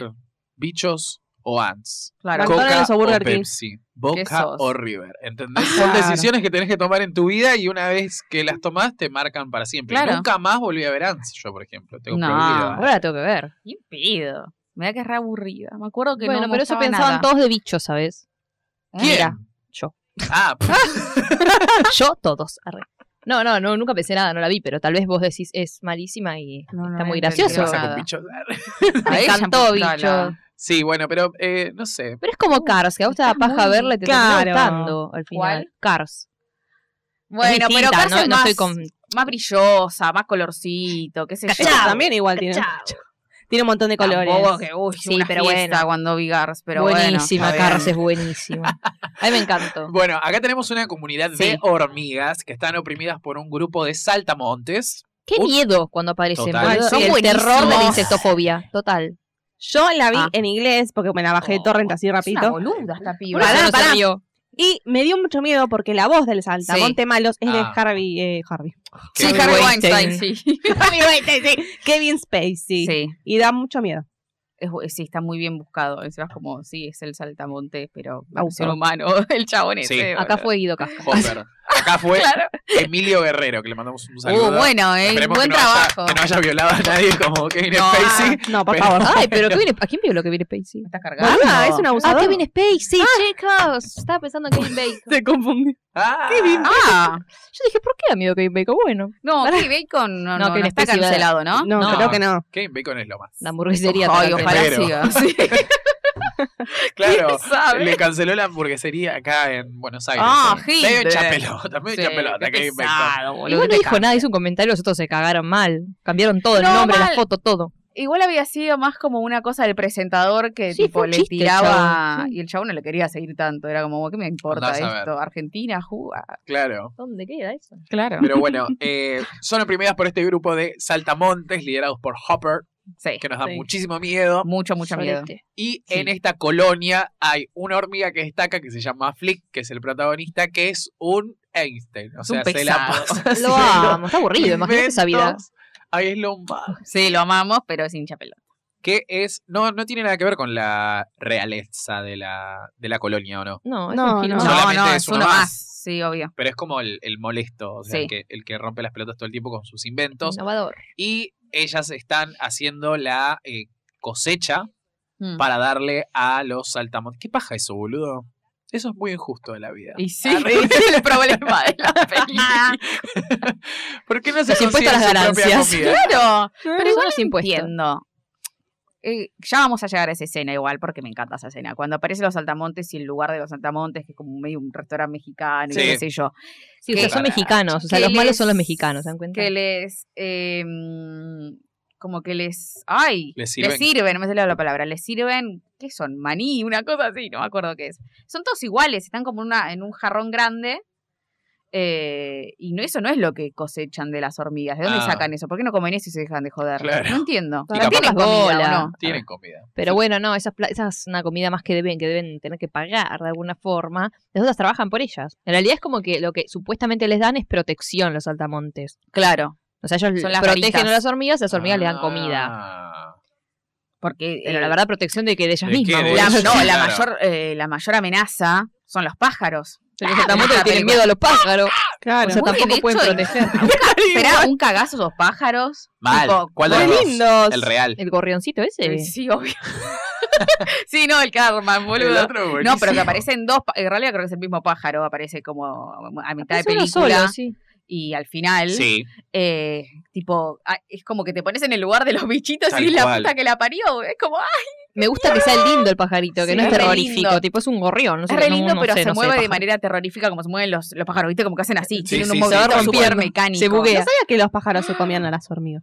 Speaker 1: bichos o ants.
Speaker 2: Claro.
Speaker 3: Con-
Speaker 1: Coca
Speaker 3: McDonald's o
Speaker 1: o
Speaker 3: Burger King.
Speaker 1: Pepsi, Boca
Speaker 2: sos?
Speaker 1: o River, ¿entendés? Son
Speaker 3: Claro.
Speaker 1: decisiones que tenés que tomar en tu vida y una vez que las tomás te marcan para siempre.
Speaker 2: Claro.
Speaker 1: Nunca más volví a ver Ants, yo por ejemplo. Tengo
Speaker 2: No.
Speaker 1: prohibido.
Speaker 4: Ahora la tengo que ver.
Speaker 2: ¿Qué pedo? Me da que es re aburrida. Me acuerdo que
Speaker 4: bueno,
Speaker 2: no
Speaker 4: pero eso
Speaker 2: mostraba
Speaker 4: pensaban
Speaker 2: nada.
Speaker 4: todos de bichos, ¿sabes?
Speaker 1: ¿Quién?
Speaker 4: Mira, yo.
Speaker 1: Ah, pff,
Speaker 4: Yo, todos. Arre. No, no, no, nunca pensé nada, no la vi, pero tal vez vos decís es malísima y
Speaker 2: No, no
Speaker 4: está muy
Speaker 2: había entendido
Speaker 1: ¿qué pasa
Speaker 4: gracioso.
Speaker 2: nada.
Speaker 1: con bichos?
Speaker 2: A
Speaker 4: Me
Speaker 2: ella
Speaker 4: encantó,
Speaker 2: mostrala.
Speaker 4: bicho.
Speaker 1: Sí, bueno, pero eh, no sé.
Speaker 4: Pero es como Cars, que a vos te da
Speaker 2: Está
Speaker 4: paja
Speaker 2: muy
Speaker 4: verla y te termina
Speaker 3: caro.
Speaker 4: gustando al final.
Speaker 2: ¿Cuál?
Speaker 4: Cars.
Speaker 2: Bueno,
Speaker 4: Es
Speaker 2: pero
Speaker 4: distinta,
Speaker 2: Cars
Speaker 4: no,
Speaker 2: es
Speaker 4: no
Speaker 2: más,
Speaker 4: estoy con.
Speaker 2: más brillosa, más colorcito, qué sé yo.
Speaker 3: Esta también igual tiene, tiene un montón de colores.
Speaker 2: Tampoco que, uy,
Speaker 4: Sí,
Speaker 2: una
Speaker 4: pero
Speaker 2: fiesta
Speaker 4: bueno.
Speaker 2: cuando vi Cars, pero
Speaker 4: buenísima,
Speaker 1: está bien.
Speaker 4: Cars es buenísima. A mí me encantó.
Speaker 1: Bueno, acá tenemos una comunidad de
Speaker 2: Sí.
Speaker 1: hormigas que están oprimidas por un grupo de saltamontes.
Speaker 4: Qué
Speaker 1: Uh,
Speaker 4: miedo cuando aparecen.
Speaker 1: total.
Speaker 4: boludo.
Speaker 2: Ay, son
Speaker 4: el terror de
Speaker 2: buenísimos.
Speaker 4: la insectofobia. Total.
Speaker 3: Yo la vi
Speaker 2: Ah.
Speaker 3: en inglés porque me la bajé de torrent así
Speaker 2: bueno. Es una
Speaker 3: rapidito.
Speaker 2: boluda esta piba.
Speaker 3: Pará,
Speaker 4: Por eso no se
Speaker 3: pará.
Speaker 4: rió.
Speaker 3: Y me dio mucho miedo porque la voz del saltamonte malos es de
Speaker 1: Ah.
Speaker 3: Harvey, eh, Harvey.
Speaker 2: Sí,
Speaker 1: Qué
Speaker 2: Harvey
Speaker 4: Weinstein.
Speaker 2: Weinstein, sí.
Speaker 3: Harvey Weinstein, sí. Kevin Spacey.
Speaker 2: Sí,
Speaker 3: Y da mucho miedo.
Speaker 2: es bu- sí, está muy bien buscado. Encima es como, sí, es el saltamonte, pero
Speaker 3: Ah,
Speaker 2: un ser humano, el chabón ese.
Speaker 1: Sí.
Speaker 2: boludo.
Speaker 4: Acá fue Guido Casca.
Speaker 1: Hopper. Acá fue
Speaker 2: Claro.
Speaker 1: Emilio Guerrero, que le mandamos un saludo.
Speaker 2: Uh, bueno, eh,
Speaker 1: Esperemos
Speaker 2: buen
Speaker 1: que no haya-
Speaker 2: trabajo.
Speaker 1: que no haya violado a nadie como Kevin
Speaker 2: No.
Speaker 1: Spacey.
Speaker 3: No, por
Speaker 1: Pero-
Speaker 3: favor.
Speaker 4: Ay, pero ¿qué viene? ¿a quién vio lo que viene Spacey?
Speaker 2: ¿Me estás cargando?
Speaker 3: Boluda, es un
Speaker 4: Ah,
Speaker 3: abusador.
Speaker 4: Kevin Spacey, chicos. Estaba pensando en Kevin Bacon.
Speaker 3: Te confundí.
Speaker 1: Ah.
Speaker 2: Ah,
Speaker 4: Yo dije, ¿por qué amigo Kevin Bacon? Bueno,
Speaker 2: no, Kevin Bacon no,
Speaker 4: No,
Speaker 2: no,
Speaker 4: Kevin
Speaker 2: no está
Speaker 4: Spacey va-
Speaker 2: cancelado, ¿no?
Speaker 3: No,
Speaker 1: No.
Speaker 3: creo que no.
Speaker 1: Kevin Bacon es lo más.
Speaker 4: la hamburguesería.
Speaker 2: Ay,
Speaker 4: te la
Speaker 2: ojalá
Speaker 1: Pero-
Speaker 2: siga. Sí.
Speaker 1: Claro.
Speaker 2: ¿Quién sabe?
Speaker 1: Le canceló la hamburguesería acá en Buenos Aires.
Speaker 2: Ah,
Speaker 1: Sí. Medio
Speaker 2: gente.
Speaker 1: hincha pelota, medio
Speaker 2: Sí,
Speaker 1: hincha pelota,
Speaker 2: qué
Speaker 1: Kevin Bacon.
Speaker 2: pesado, boludo,
Speaker 4: Igual
Speaker 2: qué
Speaker 4: no dijo
Speaker 2: pesado.
Speaker 4: nada, hizo un comentario, los otros se cagaron mal. Cambiaron todo,
Speaker 2: No,
Speaker 4: el nombre,
Speaker 2: mal.
Speaker 4: la foto, todo.
Speaker 2: Igual había sido más como una cosa del presentador que
Speaker 4: Sí,
Speaker 2: tipo
Speaker 4: fue un
Speaker 2: le
Speaker 4: chiste,
Speaker 2: tiraba
Speaker 4: chabón, sí.
Speaker 2: y el chabón no le quería seguir tanto. Era como, ¿qué me importa
Speaker 1: Andás a
Speaker 2: esto? Argentina ah, juga.
Speaker 1: Claro.
Speaker 4: ¿Dónde queda eso?
Speaker 2: Claro.
Speaker 1: Pero bueno, eh, son oprimidas por este grupo de saltamontes liderados por Hopper,
Speaker 2: sí.
Speaker 1: que nos da
Speaker 3: Sí.
Speaker 1: muchísimo miedo.
Speaker 2: Mucho, mucho miedo.
Speaker 4: Solete.
Speaker 1: Y en esta colonia hay una hormiga que destaca que se llama Flick, que es el protagonista, que es un Einstein. O
Speaker 2: Es un
Speaker 1: sea, se la
Speaker 2: pesado.
Speaker 1: pasa.
Speaker 4: Lo amo, está aburrido, imagínate esa vida.
Speaker 1: Inventos. Ay, es lo más.
Speaker 2: Sí, lo amamos, pero es hincha pelota.
Speaker 1: que es no no tiene nada que ver con la realeza de la, de la colonia o no
Speaker 4: No, es
Speaker 3: No,
Speaker 4: un gil-
Speaker 3: no.
Speaker 2: No,
Speaker 1: Solamente
Speaker 2: no,
Speaker 1: es
Speaker 2: es
Speaker 1: uno
Speaker 2: uno
Speaker 1: más.
Speaker 2: más. Sí, obvio.
Speaker 1: pero es como el, el molesto o sea,
Speaker 2: Sí.
Speaker 1: el, que, el que rompe las pelotas todo el tiempo con sus inventos
Speaker 4: innovador.
Speaker 1: y ellas están haciendo la eh, cosecha
Speaker 2: Mm.
Speaker 1: para darle a los saltamontes qué paja eso boludo Eso es muy injusto de la vida.
Speaker 2: Y sí, es el problema de la película.
Speaker 1: ¿Por qué no se
Speaker 4: Los impuestos a
Speaker 1: consiguen
Speaker 4: las
Speaker 1: su propia
Speaker 4: ganancias.
Speaker 1: comida?
Speaker 2: claro,
Speaker 4: Pero igual los impuestos.
Speaker 2: entiendo. Eh, ya vamos a llegar a esa escena igual, porque me encanta esa escena. Cuando aparecen los saltamontes y el lugar de los saltamontes, que es como medio un restaurante mexicano
Speaker 1: Sí.
Speaker 2: y qué sé yo,
Speaker 4: Sí, o sea,
Speaker 2: que-
Speaker 4: son mexicanos. O sea,
Speaker 2: que
Speaker 4: los malos son los
Speaker 2: les-
Speaker 4: mexicanos, ¿se dan cuenta?
Speaker 2: que les... eh, como que les... ¡Ay!
Speaker 1: Les
Speaker 2: Les
Speaker 1: sirven.
Speaker 2: sirven, no me sale la palabra. Les sirven, ¿qué son? Maní, una cosa así, no me acuerdo qué es. Son todos iguales, están como en una, en un jarrón grande. eh, y no, eso no es lo que cosechan de las hormigas. ¿De dónde
Speaker 1: Ah.
Speaker 2: sacan eso? ¿Por qué no comen eso y se dejan de joder?
Speaker 1: Claro.
Speaker 2: No entiendo.
Speaker 4: Y
Speaker 2: ¿No tienen
Speaker 4: papas
Speaker 2: comida o
Speaker 4: bola.
Speaker 2: no?
Speaker 1: Tienen comida.
Speaker 4: Pero bueno, no, esa, pla- esa es una comida más que deben, que deben tener que pagar de alguna forma. Las otras trabajan por ellas. En realidad es como que lo que supuestamente les dan es protección los saltamontes.
Speaker 2: Claro,
Speaker 4: O sea, ellos
Speaker 2: Son las
Speaker 4: protegen
Speaker 2: varitas.
Speaker 4: a las hormigas, las hormigas le dan comida.
Speaker 1: Ah.
Speaker 2: porque
Speaker 4: Pero
Speaker 2: eh,
Speaker 4: la verdad, protección de que de ellas
Speaker 1: ¿de qué?
Speaker 4: mismas.
Speaker 1: De
Speaker 4: boludo.
Speaker 2: la-
Speaker 1: ellos,
Speaker 2: no, la
Speaker 1: claro.
Speaker 2: mayor, eh, la mayor amenaza son los pájaros.
Speaker 4: Pero los saltamontes le
Speaker 2: Esta
Speaker 4: tienen
Speaker 2: Ah, película.
Speaker 4: miedo a los pájaros.
Speaker 3: Claro.
Speaker 4: O sea,
Speaker 2: Muy bien
Speaker 4: tampoco pueden
Speaker 2: hecho,
Speaker 4: proteger.
Speaker 2: ¿Será un cagazo esos pájaros?
Speaker 1: Mal.
Speaker 2: Tipo,
Speaker 1: ¿Cuál de
Speaker 3: Muy
Speaker 1: los dos?
Speaker 3: lindos.
Speaker 1: El real.
Speaker 4: El gorrioncito ese.
Speaker 2: Sí, obvio. sí, no, el Carman,
Speaker 1: El
Speaker 2: boludo.
Speaker 1: otro
Speaker 2: No, pero que
Speaker 1: buenísimo.
Speaker 2: aparecen dos, pa- en realidad creo que es el mismo pájaro, aparece como a mitad de
Speaker 4: Parece uno
Speaker 2: película
Speaker 4: solo, sí.
Speaker 2: y al final,
Speaker 1: Sí,
Speaker 2: eh, tipo, ah, es como que te pones en el lugar de los bichitos
Speaker 1: Tal
Speaker 2: y la
Speaker 1: cual.
Speaker 2: puta que la parió, es como, ah,
Speaker 4: Me gusta que sea lindo el pajarito, que
Speaker 2: Sí,
Speaker 4: no es
Speaker 2: es re
Speaker 4: terrorífico.
Speaker 2: lindo.
Speaker 4: Tipo, es un gorrión. No sé,
Speaker 2: es re
Speaker 4: no-
Speaker 2: lindo,
Speaker 4: no
Speaker 2: pero
Speaker 4: sé,
Speaker 2: se
Speaker 4: no sé,
Speaker 2: mueve de
Speaker 4: pájaro.
Speaker 2: manera terrorífica como se mueven los, los pájaros, viste, como que hacen así,
Speaker 1: Sí,
Speaker 2: tienen
Speaker 1: sí,
Speaker 2: un
Speaker 1: se va
Speaker 2: movimiento
Speaker 1: rompiendo,
Speaker 2: súper mecánico.
Speaker 4: se
Speaker 3: No
Speaker 4: buguea.
Speaker 3: sabía que los pájaros se comían a las hormigas.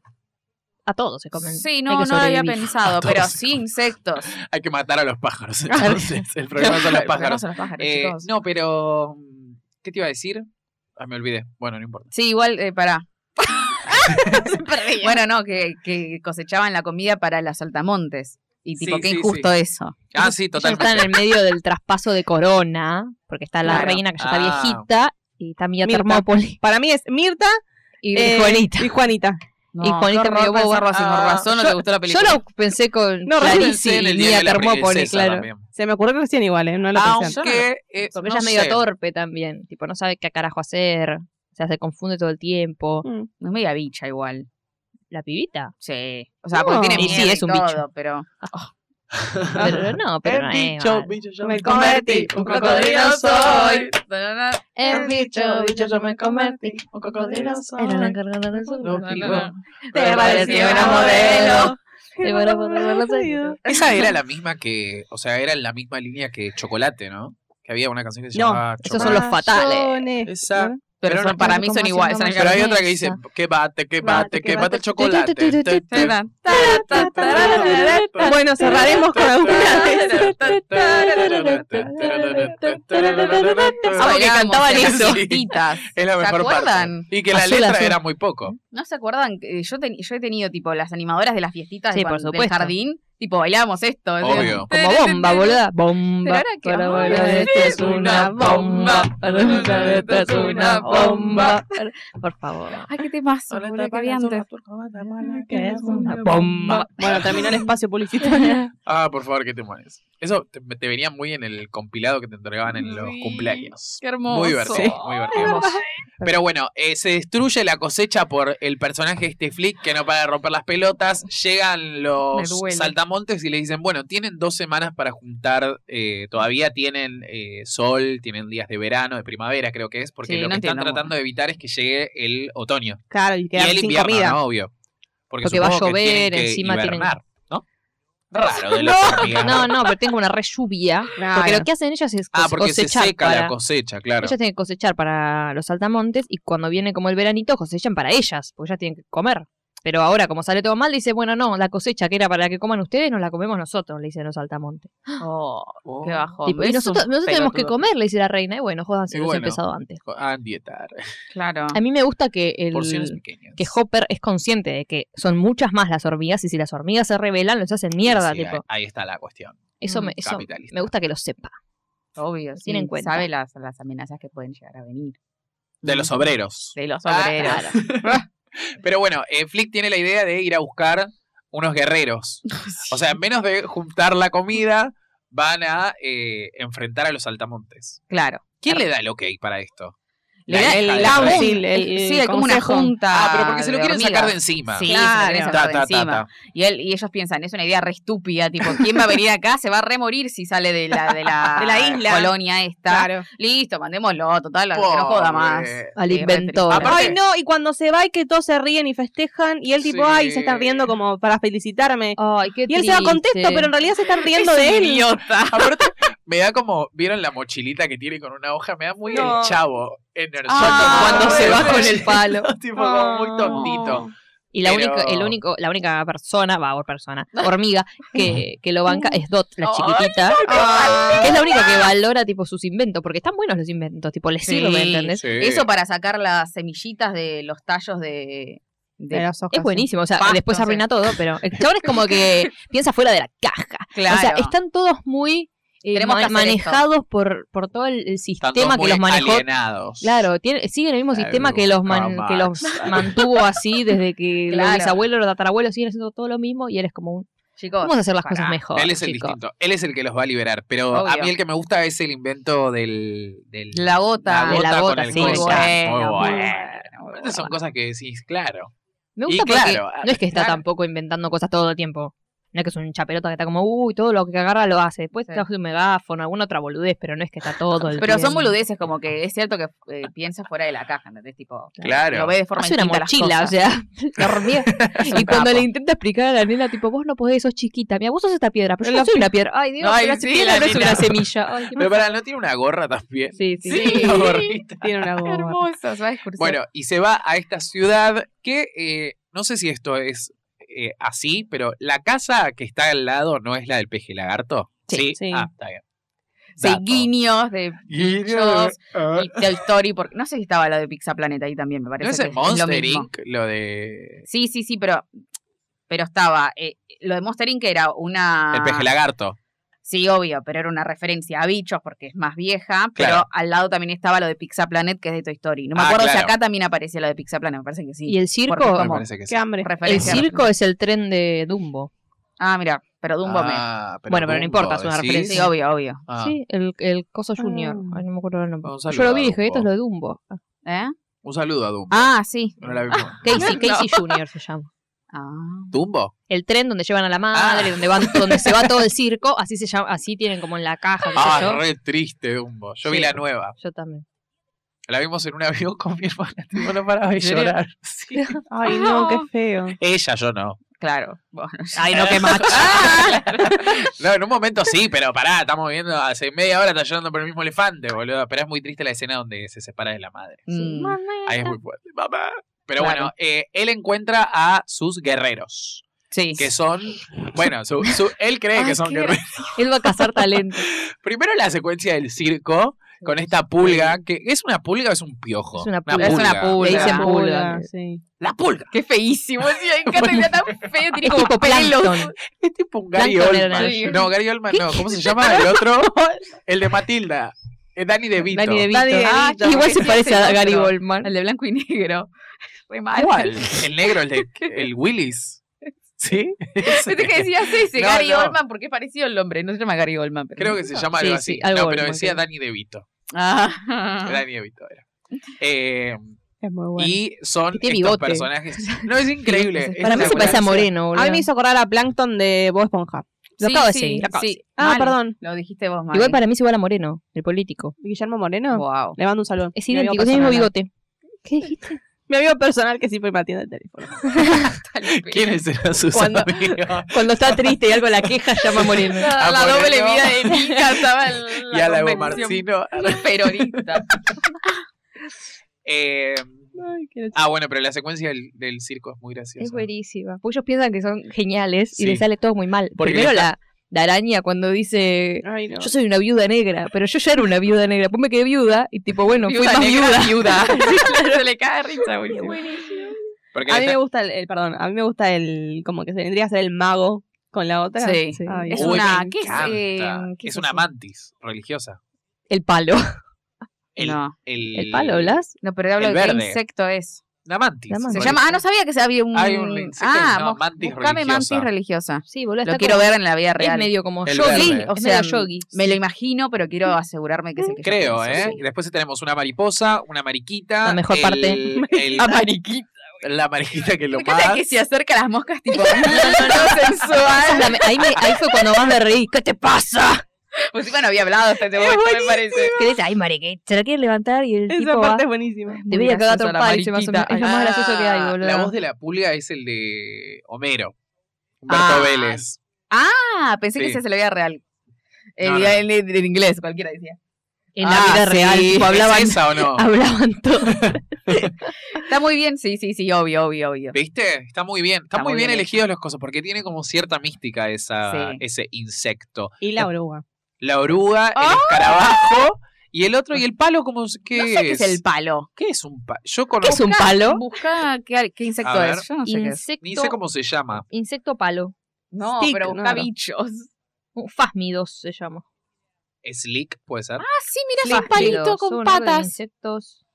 Speaker 4: A todos se comen.
Speaker 2: Sí,
Speaker 4: Hay
Speaker 2: no,
Speaker 4: que
Speaker 2: no lo había
Speaker 4: sobrevivir.
Speaker 2: pensado,
Speaker 1: A
Speaker 2: pero
Speaker 1: todos.
Speaker 2: sí insectos.
Speaker 1: hay que matar a los pájaros. Entonces, el problema son los
Speaker 2: Claro,
Speaker 1: pájaros.
Speaker 2: son los pájaros,
Speaker 1: Eh,
Speaker 2: chicos.
Speaker 1: no, pero. mm, ¿Qué te iba a decir? Ah, me olvidé. Bueno, no importa.
Speaker 2: Sí, igual, eh, pará. Bueno, no, que, que cosechaban la comida para las saltamontes. Y tipo,
Speaker 1: Sí,
Speaker 2: qué
Speaker 1: sí,
Speaker 2: injusto eso.
Speaker 1: Ah, sí,
Speaker 4: Ella está en
Speaker 1: totalmente.
Speaker 4: el medio del traspaso de corona, porque está la
Speaker 2: Claro.
Speaker 4: reina que ya está
Speaker 1: Ah.
Speaker 4: viejita, y está Mía
Speaker 3: Mirta.
Speaker 4: Termópoli
Speaker 3: Para mí es Mirta
Speaker 4: y
Speaker 3: eh,
Speaker 4: Juanita.
Speaker 3: y Juanita.
Speaker 2: No,
Speaker 4: Y Juanita
Speaker 2: qué horror
Speaker 4: medio boba.
Speaker 2: pensarlo así, con
Speaker 1: Ah,
Speaker 2: razón no te gustó la
Speaker 4: Yo
Speaker 2: película.
Speaker 4: lo pensé con
Speaker 3: No,
Speaker 1: Yo
Speaker 4: Clarice
Speaker 1: pensé en
Speaker 4: y
Speaker 1: el día
Speaker 4: Mía
Speaker 1: de la
Speaker 4: Termópoli,
Speaker 1: princesa
Speaker 4: claro.
Speaker 1: también.
Speaker 3: Se me ocurrió recién igual, ¿eh? No lo pensé.
Speaker 1: Aunque. eh,
Speaker 4: Porque
Speaker 1: no
Speaker 4: ella es medio
Speaker 1: sé.
Speaker 4: torpe también, tipo, no sabe qué carajo hacer, o sea, se confunde todo el tiempo.
Speaker 3: Mm.
Speaker 2: No es media bicha igual.
Speaker 4: La pibita.
Speaker 2: Sí. O sea, porque
Speaker 3: No.
Speaker 2: tiene
Speaker 4: Y
Speaker 2: miedo
Speaker 4: sí,
Speaker 2: y
Speaker 4: es un
Speaker 2: todo,
Speaker 4: bicho.
Speaker 2: pero...
Speaker 4: Pero no, pero no es
Speaker 1: bicho,
Speaker 4: mal.
Speaker 1: bicho, yo
Speaker 3: Me
Speaker 1: me
Speaker 3: convertí,
Speaker 1: convertí. Un cocodrilo soy.
Speaker 4: El bicho, bicho, yo me convertí.
Speaker 1: Un cocodrilo soy.
Speaker 4: Era la encargada del sur.
Speaker 1: No, pido.
Speaker 4: Te pareció una modelo. Te pareció-
Speaker 1: Esa era la misma que. O sea, era en la misma línea que Chocolate, ¿no? Que había una canción que se
Speaker 3: No,
Speaker 1: llamaba
Speaker 4: esos son los
Speaker 1: Chocolate.
Speaker 3: fatales.
Speaker 1: Esa-
Speaker 2: Pero
Speaker 1: Pero
Speaker 2: son-
Speaker 1: no
Speaker 2: para
Speaker 4: tengo
Speaker 2: mí
Speaker 4: cómo
Speaker 2: son iguales. son
Speaker 4: hacerlo
Speaker 1: Pero hay
Speaker 4: Esa.
Speaker 1: otra que dice, que bate, que bate, que bate el chocolate.
Speaker 3: Bueno, cerraremos con alguna de esas.
Speaker 1: Ah,
Speaker 2: Amo que
Speaker 1: Bailamos,
Speaker 2: Ah, cantaban
Speaker 1: sí.
Speaker 2: eso. Titas.
Speaker 1: Es la
Speaker 2: ¿Se
Speaker 1: mejor parte.
Speaker 2: acuerdan?
Speaker 1: Y que la
Speaker 4: Azul,
Speaker 1: letra
Speaker 4: azul.
Speaker 1: era muy poco.
Speaker 2: ¿No se acuerdan? que Yo, ten- yo he tenido, tipo, las animadoras de las fiestitas de
Speaker 4: Sí, por
Speaker 2: cuando- del
Speaker 4: supuesto.
Speaker 2: jardín. Tipo, bailábamos esto. o sea,
Speaker 1: Obvio.
Speaker 4: Como bomba, boluda.
Speaker 2: Pero
Speaker 4: Bomba.
Speaker 2: ahora que-
Speaker 4: Para
Speaker 2: ay,
Speaker 4: bailar,
Speaker 2: sí,
Speaker 4: esto es una bomba. Para bailar, esto es una bomba. Por favor.
Speaker 2: Ay, qué temazo, boludo, que había antes.
Speaker 4: bomba.
Speaker 3: Bueno, terminó el espacio publicitario.
Speaker 1: Ah, por favor, que te mueres. Eso te, te venía muy en el compilado que te entregaban en los
Speaker 2: Sí,
Speaker 1: cumpleaños.
Speaker 2: qué hermoso.
Speaker 1: Muy divertido,
Speaker 2: Sí.
Speaker 1: muy divertido. Pero bueno, eh, se destruye la cosecha por el personaje de este flick que no para de romper las pelotas. Llegan los
Speaker 2: Me duele.
Speaker 1: saltamontes y le dicen, bueno, tienen dos semanas para juntar, eh, todavía tienen eh, sol, tienen días de verano, de primavera creo que es, porque
Speaker 2: Sí,
Speaker 1: lo
Speaker 2: no
Speaker 1: que están
Speaker 2: entiendo muy
Speaker 1: tratando de evitar es que llegue el otoño.
Speaker 3: Claro, y
Speaker 1: y
Speaker 3: quedaron
Speaker 1: el
Speaker 3: sin
Speaker 1: invierno,
Speaker 3: comida.
Speaker 1: ¿no? obvio. Porque,
Speaker 4: Porque va a
Speaker 1: supongo que
Speaker 4: llover,
Speaker 1: tienen que
Speaker 4: encima tienen-
Speaker 1: hibernar, ¿no? Raro de las hormigas.
Speaker 4: No, no, pero tengo una re lluvia.
Speaker 2: Ah,
Speaker 3: Claro.
Speaker 4: Porque lo que hacen ellas es
Speaker 1: Ah,
Speaker 4: cose-
Speaker 1: porque se
Speaker 4: cosechar.
Speaker 1: seca la
Speaker 4: para-
Speaker 1: cosecha, claro.
Speaker 4: Ellas tienen que cosechar para los saltamontes y cuando viene como el veranito cosechan para ellas, porque ellas tienen que comer. Pero ahora, como sale todo mal, dice, bueno, no, la cosecha que era para que coman ustedes, nos la comemos nosotros, le dicen los saltamontes.
Speaker 2: Oh,
Speaker 1: Oh.
Speaker 2: qué bajón.
Speaker 4: Tipo, y
Speaker 2: Es
Speaker 4: nosotros,
Speaker 2: un
Speaker 4: nosotros tenemos que
Speaker 2: pelotudo.
Speaker 4: comer, le dice la reina. Y bueno, jodan,
Speaker 1: Y
Speaker 4: se los
Speaker 1: bueno.
Speaker 4: he empezado antes.
Speaker 1: Ah, dietar.
Speaker 2: Claro.
Speaker 4: A mí me gusta que el,
Speaker 1: Porciones pequeñas.
Speaker 4: que Hopper es consciente de que son muchas más las hormigas y si las hormigas se rebelan, los hacen mierda,
Speaker 1: Sí,
Speaker 4: tipo.
Speaker 1: Ahí, ahí está la cuestión.
Speaker 4: Eso,
Speaker 2: Mm.
Speaker 4: me, eso
Speaker 1: Capitalista.
Speaker 4: me gusta que lo sepa.
Speaker 2: Obvio, sí,
Speaker 4: en cuenta.
Speaker 2: Sabe las, las amenazas que pueden llegar a venir. Mm.
Speaker 1: De los obreros.
Speaker 2: De los
Speaker 1: Ah,
Speaker 2: obreros.
Speaker 1: Pero bueno, eh, Flick tiene la idea de ir a buscar unos guerreros. O sea, en menos de juntar la comida, van a eh, enfrentar a los saltamontes.
Speaker 2: Claro.
Speaker 1: ¿Quién le da el ok para esto? La
Speaker 2: Le da
Speaker 1: hija
Speaker 3: el
Speaker 1: de la
Speaker 3: council,
Speaker 1: reina.
Speaker 3: el-
Speaker 2: sí, hay como una
Speaker 3: consejo.
Speaker 2: junta.
Speaker 1: Ah, pero porque se lo
Speaker 2: de
Speaker 1: quieren sacar de
Speaker 2: hormigas.
Speaker 1: encima.
Speaker 2: Sí,
Speaker 3: Claro.
Speaker 2: se lo
Speaker 1: Ta,
Speaker 2: quieren sacar
Speaker 1: ta,
Speaker 2: de
Speaker 1: ta,
Speaker 2: encima.
Speaker 1: ta.
Speaker 2: Y, él, y ellos piensan, es una idea re estúpida, tipo, ¿quién va a venir acá? Se va a remorir si sale de la, de la,
Speaker 3: De la isla.
Speaker 2: colonia esta.
Speaker 3: Claro.
Speaker 2: Listo, mandémoslo, total, que no joda más.
Speaker 1: Pobre.
Speaker 4: Al
Speaker 2: Sí, re
Speaker 4: inventor.
Speaker 2: triste. Ah,
Speaker 1: Aparte-
Speaker 3: Ay, no, y cuando se va y que todos se ríen y festejan, y él tipo,
Speaker 1: Sí.
Speaker 3: ay, se están riendo como para felicitarme.
Speaker 4: Ay, qué
Speaker 3: Y él se va contento,
Speaker 4: triste.
Speaker 3: pero en realidad se están riendo
Speaker 2: Es
Speaker 3: de
Speaker 2: un
Speaker 3: él.
Speaker 2: idiota.
Speaker 1: Aparte, me da como, ¿vieron la mochilita que tiene con una hoja? Me da muy
Speaker 3: No.
Speaker 1: el chavo en el
Speaker 3: Ah,
Speaker 1: sótano.
Speaker 4: cuando se va
Speaker 1: Bueno,
Speaker 4: con el palo.
Speaker 1: tipo, como muy
Speaker 3: No.
Speaker 1: tontito.
Speaker 4: Y la,
Speaker 1: Pero-
Speaker 4: única, el único, la única persona, va, o persona, hormiga, que, que lo banca es Dot, la
Speaker 1: Ay,
Speaker 4: chiquitita. que es la única que valora tipo sus inventos, porque están buenos los inventos, tipo, les
Speaker 2: Sí.
Speaker 4: sirve, ¿entendés?
Speaker 1: Sí.
Speaker 2: Eso para sacar las semillitas de los tallos de. de-
Speaker 3: De las hojas,
Speaker 4: Es buenísimo, o sea,
Speaker 2: Pasto,
Speaker 4: después
Speaker 2: sí.
Speaker 4: arruina todo, pero el chabón es como que piensa fuera de la caja.
Speaker 2: Claro.
Speaker 4: O sea, están todos muy eh,
Speaker 2: Tenemos que
Speaker 4: ma-
Speaker 2: hacer
Speaker 4: manejados por, por todo el, el
Speaker 1: Están
Speaker 4: sistema
Speaker 1: todos
Speaker 4: que los
Speaker 1: muy
Speaker 4: manejó.
Speaker 1: alienados.
Speaker 4: Claro, tiene, siguen el mismo
Speaker 1: Claro,
Speaker 4: sistema que los, man-
Speaker 1: Karl
Speaker 4: que los mantuvo así desde que
Speaker 2: Claro.
Speaker 4: los bisabuelos, los tatarabuelos siguen haciendo todo lo mismo y eres como un...
Speaker 2: Chicos,
Speaker 4: Vamos a hacer las
Speaker 2: pará.
Speaker 1: Ah,
Speaker 4: cosas mejor,
Speaker 1: Él es el
Speaker 4: chico.
Speaker 1: distinto. Él es el que los va a liberar. Pero a
Speaker 2: Obvio.
Speaker 1: mí el que me gusta es el invento del. del
Speaker 2: La gota.
Speaker 1: La gota,
Speaker 4: De la
Speaker 1: con
Speaker 4: gota,
Speaker 1: el
Speaker 4: sí.
Speaker 1: coso.
Speaker 2: Muy bueno,
Speaker 1: Muy
Speaker 2: muy
Speaker 1: bueno.
Speaker 2: bueno, muy
Speaker 1: Estas son
Speaker 2: bueno.
Speaker 1: cosas que decís, claro.
Speaker 4: Me
Speaker 1: Y
Speaker 4: gusta porque
Speaker 1: claro,
Speaker 4: no es que está
Speaker 1: claro.
Speaker 4: tampoco inventando cosas todo el tiempo. No es que es un chapelota que está como, uy, todo lo que agarra lo hace. Después
Speaker 2: Sí.
Speaker 4: trajo un megáfono, alguna otra boludez, pero no es que está todo el
Speaker 2: Pero
Speaker 4: tiempo.
Speaker 2: son boludeces, como que es cierto que eh, piensa fuera de la caja, ¿entendés? Tipo,
Speaker 1: Claro.
Speaker 2: lo ve de forma
Speaker 4: Hace una
Speaker 2: distinta las
Speaker 4: mochila, o
Speaker 2: cosas.
Speaker 4: sea, la hormiga.
Speaker 2: Es un
Speaker 4: y cuando
Speaker 2: capo.
Speaker 4: le intenta explicar a la nena, tipo, vos no podés, sos chiquita. Mira, vos sos esta piedra, pero yo no soy una piedra. Ay, Dios,
Speaker 1: Ay,
Speaker 4: pero la
Speaker 1: sí,
Speaker 4: piedra
Speaker 1: la
Speaker 4: no es
Speaker 1: nena.
Speaker 4: una semilla. Ay, qué
Speaker 1: Pero
Speaker 4: mal-
Speaker 1: para, ¿no tiene una gorra también?
Speaker 4: Sí, sí.
Speaker 1: una gorrita.
Speaker 3: Tiene una boba.
Speaker 2: Hermoso, se va a excursión.
Speaker 1: Bueno, y se va a esta ciudad que eh, no sé si esto es eh, así, pero la casa que está al lado no es la del peje lagarto.
Speaker 3: Sí, sí.
Speaker 1: Ah, está bien.
Speaker 2: Sí,
Speaker 1: Dato.
Speaker 2: guiños de
Speaker 1: Guiño. Ah.
Speaker 2: y Toy Story, porque no sé si estaba la de Pizza Planet ahí también, me parece.
Speaker 1: ¿No es
Speaker 2: que
Speaker 1: el
Speaker 2: lo
Speaker 1: Monster
Speaker 2: mismo.
Speaker 1: Inc? Lo de.
Speaker 2: Sí, sí, sí, pero, pero estaba. eh, lo de Monster Inc. era una.
Speaker 1: El peje lagarto.
Speaker 2: Sí, obvio, pero era una referencia a bichos porque es más vieja. Pero
Speaker 1: Claro.
Speaker 2: al lado también estaba lo de Pizza Planet, que es de Toy Story. No me
Speaker 1: Ah,
Speaker 2: acuerdo si
Speaker 1: claro.
Speaker 2: acá también aparecía lo de Pizza Planet, me parece que sí.
Speaker 4: Y el
Speaker 2: Porque
Speaker 4: circo,
Speaker 1: Me
Speaker 2: como-
Speaker 1: parece que sí.
Speaker 3: Qué hambre.
Speaker 4: el
Speaker 2: referencia.
Speaker 4: circo es el tren de Dumbo.
Speaker 2: Ah, mira, pero Dumbo me.
Speaker 1: Ah,
Speaker 4: Bueno, pero no
Speaker 1: Dumbo,
Speaker 4: importa, es una
Speaker 1: ¿decís?
Speaker 4: referencia.
Speaker 2: Sí, obvio, obvio.
Speaker 1: Ah,
Speaker 4: Sí, el, el Coso Junior. Ay, no me acuerdo el nombre.
Speaker 1: Un saludo
Speaker 4: Yo lo
Speaker 1: a
Speaker 4: vi y dije,
Speaker 1: Dumbo. Ah.
Speaker 4: esto es lo de Dumbo.
Speaker 2: ¿Eh?
Speaker 1: Un saludo a Dumbo.
Speaker 2: Ah, sí.
Speaker 1: No la vimos.
Speaker 4: Casey,
Speaker 2: No.
Speaker 4: Casey Junior se llama.
Speaker 2: Ah.
Speaker 1: ¿Dumbo?
Speaker 4: El tren donde llevan a
Speaker 1: Ah.
Speaker 4: la madre, donde van, donde se va todo el circo, así se llama, así tienen como en la caja, qué sé
Speaker 1: Ah,
Speaker 4: yo.
Speaker 1: re triste Dumbo. Yo vi
Speaker 4: Sí.
Speaker 1: la nueva.
Speaker 4: Yo también.
Speaker 1: La vimos en un avión con mi hermana. Tipo, no paraba de
Speaker 4: serio?
Speaker 1: llorar. Sí.
Speaker 3: Ay, no, qué feo.
Speaker 1: Ella, yo no.
Speaker 2: Claro. Bueno,
Speaker 4: Ay, no, qué macho.
Speaker 1: No, en un momento sí, pero pará, estamos viendo hace media hora está llorando por el mismo elefante, boludo. Pero es muy triste la escena donde se separa de la madre.
Speaker 2: Mm.
Speaker 1: Ahí es muy fuerte. Mamá. Pero
Speaker 2: Claro.
Speaker 1: bueno, eh, él encuentra a sus guerreros,
Speaker 2: Sí.
Speaker 1: que son, bueno, su- su- él cree que
Speaker 4: Ay,
Speaker 1: son
Speaker 4: qué
Speaker 1: guerreros.
Speaker 4: Él va a cazar talento.
Speaker 1: Primero la secuencia del circo con esta pulga, que es una pulga o es un piojo.
Speaker 4: Es una pulga.
Speaker 2: Es una pulga.
Speaker 4: Le dicen
Speaker 3: Pulga,
Speaker 4: pulga.
Speaker 3: sí.
Speaker 1: La pulga.
Speaker 2: Qué feísimo. Sí, me encanta que sea tan feo. Tiene
Speaker 4: Es
Speaker 2: como
Speaker 4: tipo
Speaker 2: pelos.
Speaker 4: plancton.
Speaker 1: Es tipo un Gary
Speaker 4: Plankton era
Speaker 1: Oldman.
Speaker 2: naranja.
Speaker 1: No, Gary Oldman no. ¿Cómo se llama el otro? El de Matilda. Es Danny DeVito.
Speaker 4: Danny DeVito.
Speaker 3: Danny
Speaker 4: Ah,
Speaker 3: DeVito.
Speaker 4: igual se
Speaker 2: Sí,
Speaker 4: parece
Speaker 2: sí,
Speaker 4: a
Speaker 2: sí,
Speaker 4: Gary
Speaker 2: otro.
Speaker 4: Goldman.
Speaker 2: El de blanco y negro. Fue mal.
Speaker 1: ¿Cuál? El negro, el, de, el Willis. ¿Sí? Ese.
Speaker 2: Pensé que decías ese,
Speaker 1: No,
Speaker 2: Gary
Speaker 1: no.
Speaker 2: Oldman, porque es parecido el nombre. No se llama Gary Oldman. Pero
Speaker 1: Creo que se llama algo
Speaker 4: Sí,
Speaker 1: así.
Speaker 4: sí, algo
Speaker 1: no, pero
Speaker 4: Goldman,
Speaker 1: decía
Speaker 4: sí.
Speaker 1: Danny DeVito.
Speaker 2: Ah.
Speaker 1: Danny DeVito era. Eh,
Speaker 3: Es muy bueno.
Speaker 1: Y son
Speaker 4: Y tiene
Speaker 1: estos
Speaker 4: bigote.
Speaker 1: personajes. No, es increíble.
Speaker 4: Para mí se
Speaker 1: espectacular.
Speaker 4: parece a Moreno, boludo.
Speaker 3: A mí me hizo acordar a Plankton de Bob Esponja.
Speaker 4: Lo
Speaker 2: Sí,
Speaker 4: acabo de
Speaker 2: sí,
Speaker 4: seguir, lo acabo de
Speaker 2: sí.
Speaker 4: seguir.
Speaker 3: Ah,
Speaker 2: Mal.
Speaker 3: perdón.
Speaker 2: Lo dijiste vos, Mari.
Speaker 4: Igual para mí es igual a Moreno, el político.
Speaker 3: Guillermo Moreno.
Speaker 2: Wow.
Speaker 3: Le mando un saludo.
Speaker 4: Es
Speaker 3: Mi amigo
Speaker 4: idéntico, tiene el mismo
Speaker 3: personal.
Speaker 4: bigote. ¿Qué dijiste?
Speaker 3: Mi amigo personal que siempre me atiende el teléfono.
Speaker 2: pues.
Speaker 1: ¿Quiénes eran sus
Speaker 4: Cuando-
Speaker 1: amigos?
Speaker 4: Cuando está triste y algo la queja, llama a Moreno.
Speaker 2: La,
Speaker 1: A
Speaker 2: doble
Speaker 1: Moreno.
Speaker 2: vida de Mica estaba en la
Speaker 1: Ah, Y a la Evo
Speaker 2: convención
Speaker 1: Marcino.
Speaker 2: peronista.
Speaker 1: Eh,
Speaker 3: Ay, qué
Speaker 1: ah, bueno, pero la secuencia del, del circo es muy graciosa.
Speaker 4: Es buenísima. Porque Pues ellos piensan que son geniales
Speaker 1: Sí.
Speaker 4: y les sale todo muy mal.
Speaker 1: Porque
Speaker 4: Primero
Speaker 1: le
Speaker 4: la, la araña cuando dice,
Speaker 3: Ay, no.
Speaker 4: yo soy una viuda negra, pero yo ya era una viuda negra. Pues me quedé viuda y tipo, bueno, fui
Speaker 2: Viuda
Speaker 4: más
Speaker 2: negra,
Speaker 4: viuda.
Speaker 2: viuda. Se le cae de risa, buenísimo.
Speaker 1: Porque
Speaker 3: A
Speaker 1: le
Speaker 3: mí
Speaker 1: está-
Speaker 3: me gusta el, el- perdón, a mí me gusta el como que se vendría a ser el mago con la otra.
Speaker 2: Sí.
Speaker 4: Ah,
Speaker 3: Ay,
Speaker 2: Es
Speaker 1: Uy, me
Speaker 2: una- ¿qué es,
Speaker 1: encanta.
Speaker 2: eh, qué
Speaker 1: es
Speaker 2: es
Speaker 1: una
Speaker 2: eso?
Speaker 1: mantis religiosa.
Speaker 4: El palo.
Speaker 1: El,
Speaker 2: No.
Speaker 1: el,
Speaker 4: ¿El palo, Blas?
Speaker 2: No, pero hablo
Speaker 1: El
Speaker 2: de qué
Speaker 1: verde.
Speaker 2: insecto es.
Speaker 1: La mantis.
Speaker 4: La mantis.
Speaker 2: Se
Speaker 1: Por
Speaker 2: llama.
Speaker 1: eso.
Speaker 2: Ah, no sabía que se había un.
Speaker 1: Hay un insecto que se
Speaker 2: ah,
Speaker 1: llama
Speaker 2: bus-
Speaker 1: mantis
Speaker 2: buscame
Speaker 1: religiosa.
Speaker 2: mantis religiosa.
Speaker 4: Sí, boludo.
Speaker 2: Lo
Speaker 4: está
Speaker 2: quiero
Speaker 4: como-
Speaker 2: ver en la vida real.
Speaker 4: Es medio como
Speaker 1: El
Speaker 4: yogi.
Speaker 1: verde.
Speaker 4: Sí,
Speaker 1: Es
Speaker 4: o
Speaker 2: medio
Speaker 4: sea,
Speaker 2: yogi.
Speaker 4: yogi.
Speaker 2: Me lo imagino, pero quiero asegurarme que es el que yo
Speaker 1: Creo,
Speaker 2: pienso,
Speaker 1: ¿eh?
Speaker 2: sí.
Speaker 1: Y Después tenemos una mariposa, una mariquita.
Speaker 4: La mejor
Speaker 1: el-
Speaker 4: parte.
Speaker 1: el-
Speaker 4: Ah, mariquita.
Speaker 1: la mariquita que lo
Speaker 2: Me encanta
Speaker 1: más.
Speaker 2: que se acerca a las moscas tipo no sensual.
Speaker 4: La me- Ahí, me- ahí fue cuando más me reí. ¿Qué te pasa?
Speaker 2: Pues sí, bueno, había hablado hasta este momento, me parece.
Speaker 4: Que dice, ay, mariquita, se la quiere levantar y el
Speaker 3: Esa
Speaker 4: tipo va,
Speaker 3: parte es buenísima.
Speaker 4: Te voy a cagar a
Speaker 2: graciosa la
Speaker 4: trompar y se va a
Speaker 2: mariquita.
Speaker 4: asomar. Es lo más gracioso que hay,
Speaker 1: Ah,
Speaker 4: boludo.
Speaker 1: La voz de la pulga es el de Homero. Humberto
Speaker 2: Ah.
Speaker 1: Vélez.
Speaker 2: Ah, pensé que
Speaker 1: Sí.
Speaker 2: ese es la vida real. Eh,
Speaker 1: No, no.
Speaker 2: En, en inglés, cualquiera decía.
Speaker 4: En la
Speaker 2: Ah,
Speaker 4: vida
Speaker 2: sí.
Speaker 4: real, tipo, hablaban,
Speaker 1: ¿Es esa o no?
Speaker 4: hablaban todos.
Speaker 2: Está muy bien, sí, sí, sí, obvio, obvio, obvio.
Speaker 1: ¿Viste? Está muy bien. Está, muy bien, elegidos los cosas porque tiene como cierta mística esa,
Speaker 2: Sí.
Speaker 1: ese insecto.
Speaker 3: Y la oruga.
Speaker 1: La oruga, el
Speaker 2: ¡Ah!
Speaker 1: escarabajo y el otro y el palo como qué
Speaker 2: No sé qué
Speaker 1: es?
Speaker 2: es el palo.
Speaker 1: ¿Qué es un palo? Yo
Speaker 4: ¿Qué es
Speaker 1: conozco
Speaker 4: un palo?
Speaker 2: Busca qué, qué insecto
Speaker 1: A ver.
Speaker 2: es. Yo no sé qué es.
Speaker 4: Insecto,
Speaker 1: ni sé cómo se llama.
Speaker 4: insecto palo.
Speaker 2: No,
Speaker 3: Stick,
Speaker 2: pero
Speaker 3: no,
Speaker 2: busca
Speaker 3: no.
Speaker 2: bichos.
Speaker 4: Uh, Fásmidos se llama.
Speaker 1: Slick puede ser.
Speaker 2: Ah, sí, mira, es un
Speaker 4: Fásmidos,
Speaker 2: palito con
Speaker 4: un orden de
Speaker 2: patas.
Speaker 4: Insectos.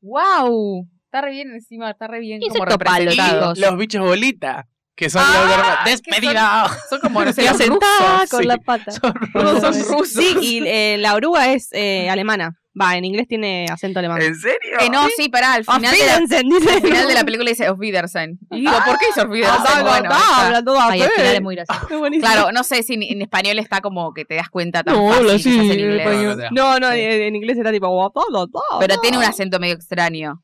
Speaker 2: ¡Wow! Está re bien encima, está re bien como
Speaker 4: Insecto palo,
Speaker 2: representado.
Speaker 4: chicos.
Speaker 1: los bichos bolita, que son
Speaker 2: Ah,
Speaker 1: los hermanos.
Speaker 2: que
Speaker 1: ¡Despedida!
Speaker 2: Son como, no sé,
Speaker 1: Te
Speaker 2: los
Speaker 1: hacen
Speaker 2: rusos.
Speaker 1: Ah,
Speaker 4: Ah,
Speaker 1: con
Speaker 4: con
Speaker 1: sí. la
Speaker 4: la pata.
Speaker 2: Todos son
Speaker 1: Rusos.
Speaker 2: rusos.
Speaker 3: Sí, y eh, la oruga es eh, alemana. Va, en inglés tiene acento alemán.
Speaker 1: ¿En serio?
Speaker 2: Que Eh, no, sí, pará, al final, de la,
Speaker 3: Afídense, dice.
Speaker 2: al final de la película dice Auf Wiedersehen. Y digo, ¿por qué dice Auf Wiedersehen?
Speaker 3: Ah,
Speaker 2: Bueno,
Speaker 3: ah,
Speaker 2: está.
Speaker 3: habla todo
Speaker 4: Ay, al final es
Speaker 3: apel.
Speaker 4: muy gracioso.
Speaker 3: Es buenísimo.
Speaker 2: Claro, no sé si en, en español está como que te das cuenta tan
Speaker 3: No,
Speaker 2: fácil
Speaker 3: habla
Speaker 2: quizás
Speaker 3: así,
Speaker 2: en inglés.
Speaker 1: español. No, no,
Speaker 3: No, no, en, en inglés está tipo. "Wa, pa, da, da,
Speaker 2: Pero
Speaker 3: da".
Speaker 2: tiene un acento medio extraño.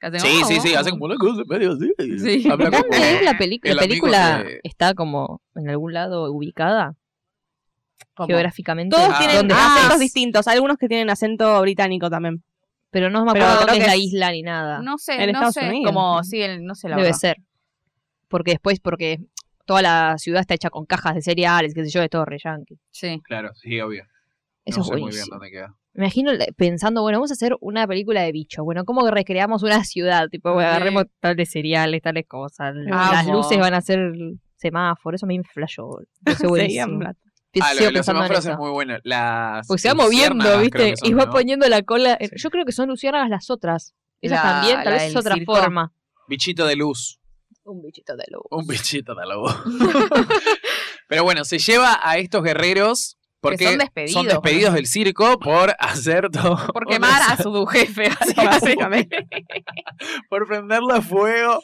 Speaker 2: Que hace,
Speaker 1: Sí,
Speaker 2: "Oh,
Speaker 1: sí, sí,
Speaker 2: oh".
Speaker 1: hace como una cosa medio así.
Speaker 2: Sí.
Speaker 1: Habla como-
Speaker 4: ¿Dónde es la película?
Speaker 1: el
Speaker 4: ¿La
Speaker 1: amigo
Speaker 4: película
Speaker 1: de-
Speaker 4: está como en algún lado ubicada
Speaker 2: ¿Cómo?
Speaker 4: geográficamente?
Speaker 3: Todos
Speaker 1: Ah.
Speaker 3: tienen
Speaker 4: ¿Dónde
Speaker 1: Ah.
Speaker 4: está?
Speaker 3: acentos distintos. Algunos que tienen acento británico también.
Speaker 4: Pero no me
Speaker 3: Pero
Speaker 4: acuerdo
Speaker 3: creo
Speaker 4: dónde
Speaker 3: que
Speaker 4: es la
Speaker 3: es-
Speaker 4: isla ni nada.
Speaker 2: No sé,
Speaker 3: En
Speaker 2: no
Speaker 3: Estados
Speaker 2: sé.
Speaker 3: Unidos.
Speaker 2: Como, sí, el- no sé la
Speaker 4: Debe
Speaker 2: verdad.
Speaker 4: ser. Porque después, porque toda la ciudad está hecha con cajas de cereales, qué sé yo, de todo re yankee.
Speaker 2: Sí.
Speaker 1: Claro, sí, obvio.
Speaker 4: Eso
Speaker 1: no
Speaker 4: es
Speaker 1: sé muy bien
Speaker 4: buenísimo.
Speaker 1: dónde queda.
Speaker 4: Me imagino la- pensando, bueno, vamos a hacer una película de bichos. Bueno, ¿cómo recreamos una ciudad? Tipo, bueno,
Speaker 2: Sí.
Speaker 4: agarremos tales cereales, tales cosas. Las
Speaker 2: Amo.
Speaker 4: luces van a ser semáforos. Eso me inflashó. Eso es
Speaker 3: Seguían
Speaker 4: buenísimo.
Speaker 3: bla-
Speaker 4: Sigo
Speaker 1: Ah, lo de los
Speaker 4: pensando en
Speaker 1: semáforos
Speaker 4: eso.
Speaker 1: es muy bueno. Las
Speaker 4: Porque se va moviendo,
Speaker 1: luciérnagas
Speaker 4: ¿viste?
Speaker 1: creo que son,
Speaker 4: y va
Speaker 1: ¿no?
Speaker 4: poniendo la cola. en-
Speaker 1: Sí.
Speaker 4: Yo creo que son luciérnagas las otras. Esas
Speaker 2: La-
Speaker 4: también,
Speaker 2: la
Speaker 4: tal vez
Speaker 2: del
Speaker 4: es otra
Speaker 2: circo.
Speaker 4: forma.
Speaker 1: Bichito de luz.
Speaker 4: Un bichito de luz.
Speaker 1: Un bichito de luz. Pero bueno, se lleva a estos guerreros porque
Speaker 2: son despedidos,
Speaker 1: son despedidos del circo por hacer todo.
Speaker 2: Por quemar a su jefe, básicamente.
Speaker 1: por prenderlo a fuego.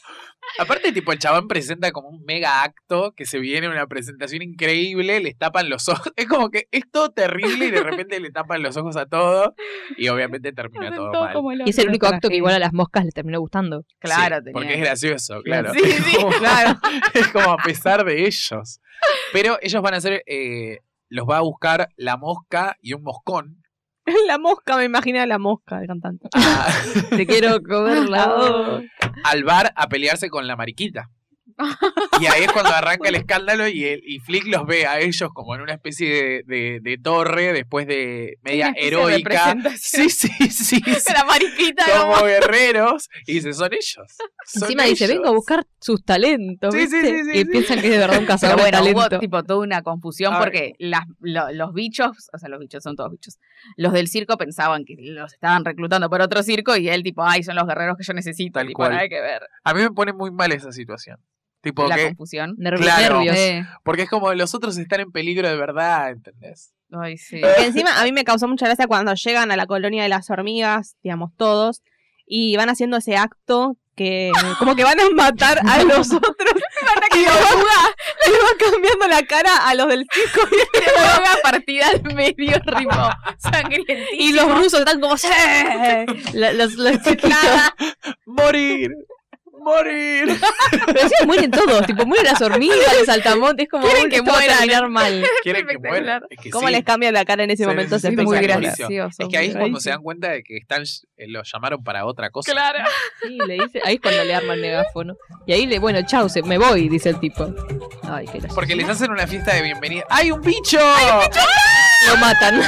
Speaker 1: Aparte, tipo, el chabón presenta como un mega acto que se viene una presentación increíble, les tapan los ojos. Es como que es todo terrible y de repente le tapan los ojos a todo. Y obviamente termina todo, mal.
Speaker 4: Y es el único acto que igual a las moscas les terminó gustando.
Speaker 2: Claro,
Speaker 1: Sí,
Speaker 2: tenía
Speaker 1: Porque es
Speaker 2: que-
Speaker 1: gracioso, claro.
Speaker 2: Sí, sí,
Speaker 1: como-
Speaker 2: claro.
Speaker 1: es como a pesar de ellos. Pero ellos van a hacer. eh, los va a buscar la mosca y un moscón.
Speaker 3: La mosca, me imaginé a la mosca del cantante.
Speaker 1: a-
Speaker 4: Te quiero
Speaker 3: Ah.
Speaker 4: Ah, comerla.
Speaker 1: al bar a pelearse con la mariquita. Y ahí es cuando arranca el escándalo y, el, y Flick los ve a ellos como en una especie de, de- de torre después de media
Speaker 2: Una especie de
Speaker 1: heroica.
Speaker 2: representación.
Speaker 1: Sí, sí, sí, sí,
Speaker 2: La mariquita.
Speaker 1: como guerreros. Y dice, son ellos. son
Speaker 4: Encima dice,
Speaker 1: ellos".
Speaker 4: vengo a buscar sus talentos.
Speaker 1: Sí, sí,
Speaker 4: ¿viste?
Speaker 1: sí, sí,
Speaker 4: y
Speaker 1: sí.
Speaker 4: piensan que es de verdad un
Speaker 2: Pero
Speaker 4: cazador de
Speaker 2: bueno, hubo
Speaker 4: talento.
Speaker 2: tipo toda una confusión
Speaker 1: A ver.
Speaker 2: porque las, lo- los bichos, o sea, los bichos son todos bichos, los del circo pensaban que los estaban reclutando por otro circo y él tipo, ay, son los guerreros que yo necesito,
Speaker 1: Tal
Speaker 2: tipo,
Speaker 1: cual.
Speaker 2: nada que ver.
Speaker 1: A mí me pone muy mal esa situación. Tipo
Speaker 2: La
Speaker 1: que,
Speaker 2: confusión.
Speaker 4: Nerv-
Speaker 1: Claro.
Speaker 4: Nervios.
Speaker 2: Eh,
Speaker 1: porque es como los otros están en peligro de verdad, ¿entendés?
Speaker 2: ay, sí.
Speaker 3: Que encima a mí me causó mucha gracia cuando llegan a la colonia de las hormigas, digamos todos, y van haciendo ese acto que como que van a matar a los otros. y la oruga le va cambiando la cara a los del circo.
Speaker 2: Droga partida al medio ritmo sangrientísimo.
Speaker 4: Y los rusos están como, "Sí". La- Los, los chiquitos.
Speaker 2: Nada.
Speaker 1: ¡Morir! ¡Morir!
Speaker 4: Pero encima mueren todos. Tipo, mueren las hormigas, los saltamontes. Es como,
Speaker 2: Quieren
Speaker 4: "Uy,
Speaker 2: que
Speaker 4: esto va a
Speaker 2: mueran".
Speaker 4: terminar mal.
Speaker 1: Quieren que muera. Es que
Speaker 3: ¿Cómo
Speaker 1: sí.
Speaker 3: les cambia la cara en ese
Speaker 1: Sí,
Speaker 3: momento?
Speaker 1: sí,
Speaker 3: Es
Speaker 1: sí, muy
Speaker 3: espectacular.
Speaker 1: gracioso. Es que ahí es cuando se dan cuenta de que están eh, los llamaron para otra cosa.
Speaker 2: Claro.
Speaker 4: Sí, le dice, ahí es cuando le arma el megáfono. Y ahí le, bueno, chau, se, me voy, dice el tipo. Ay, qué gracioso.
Speaker 1: Porque les hacen una fiesta de bienvenida. ¡Hay un bicho!
Speaker 4: Lo matan.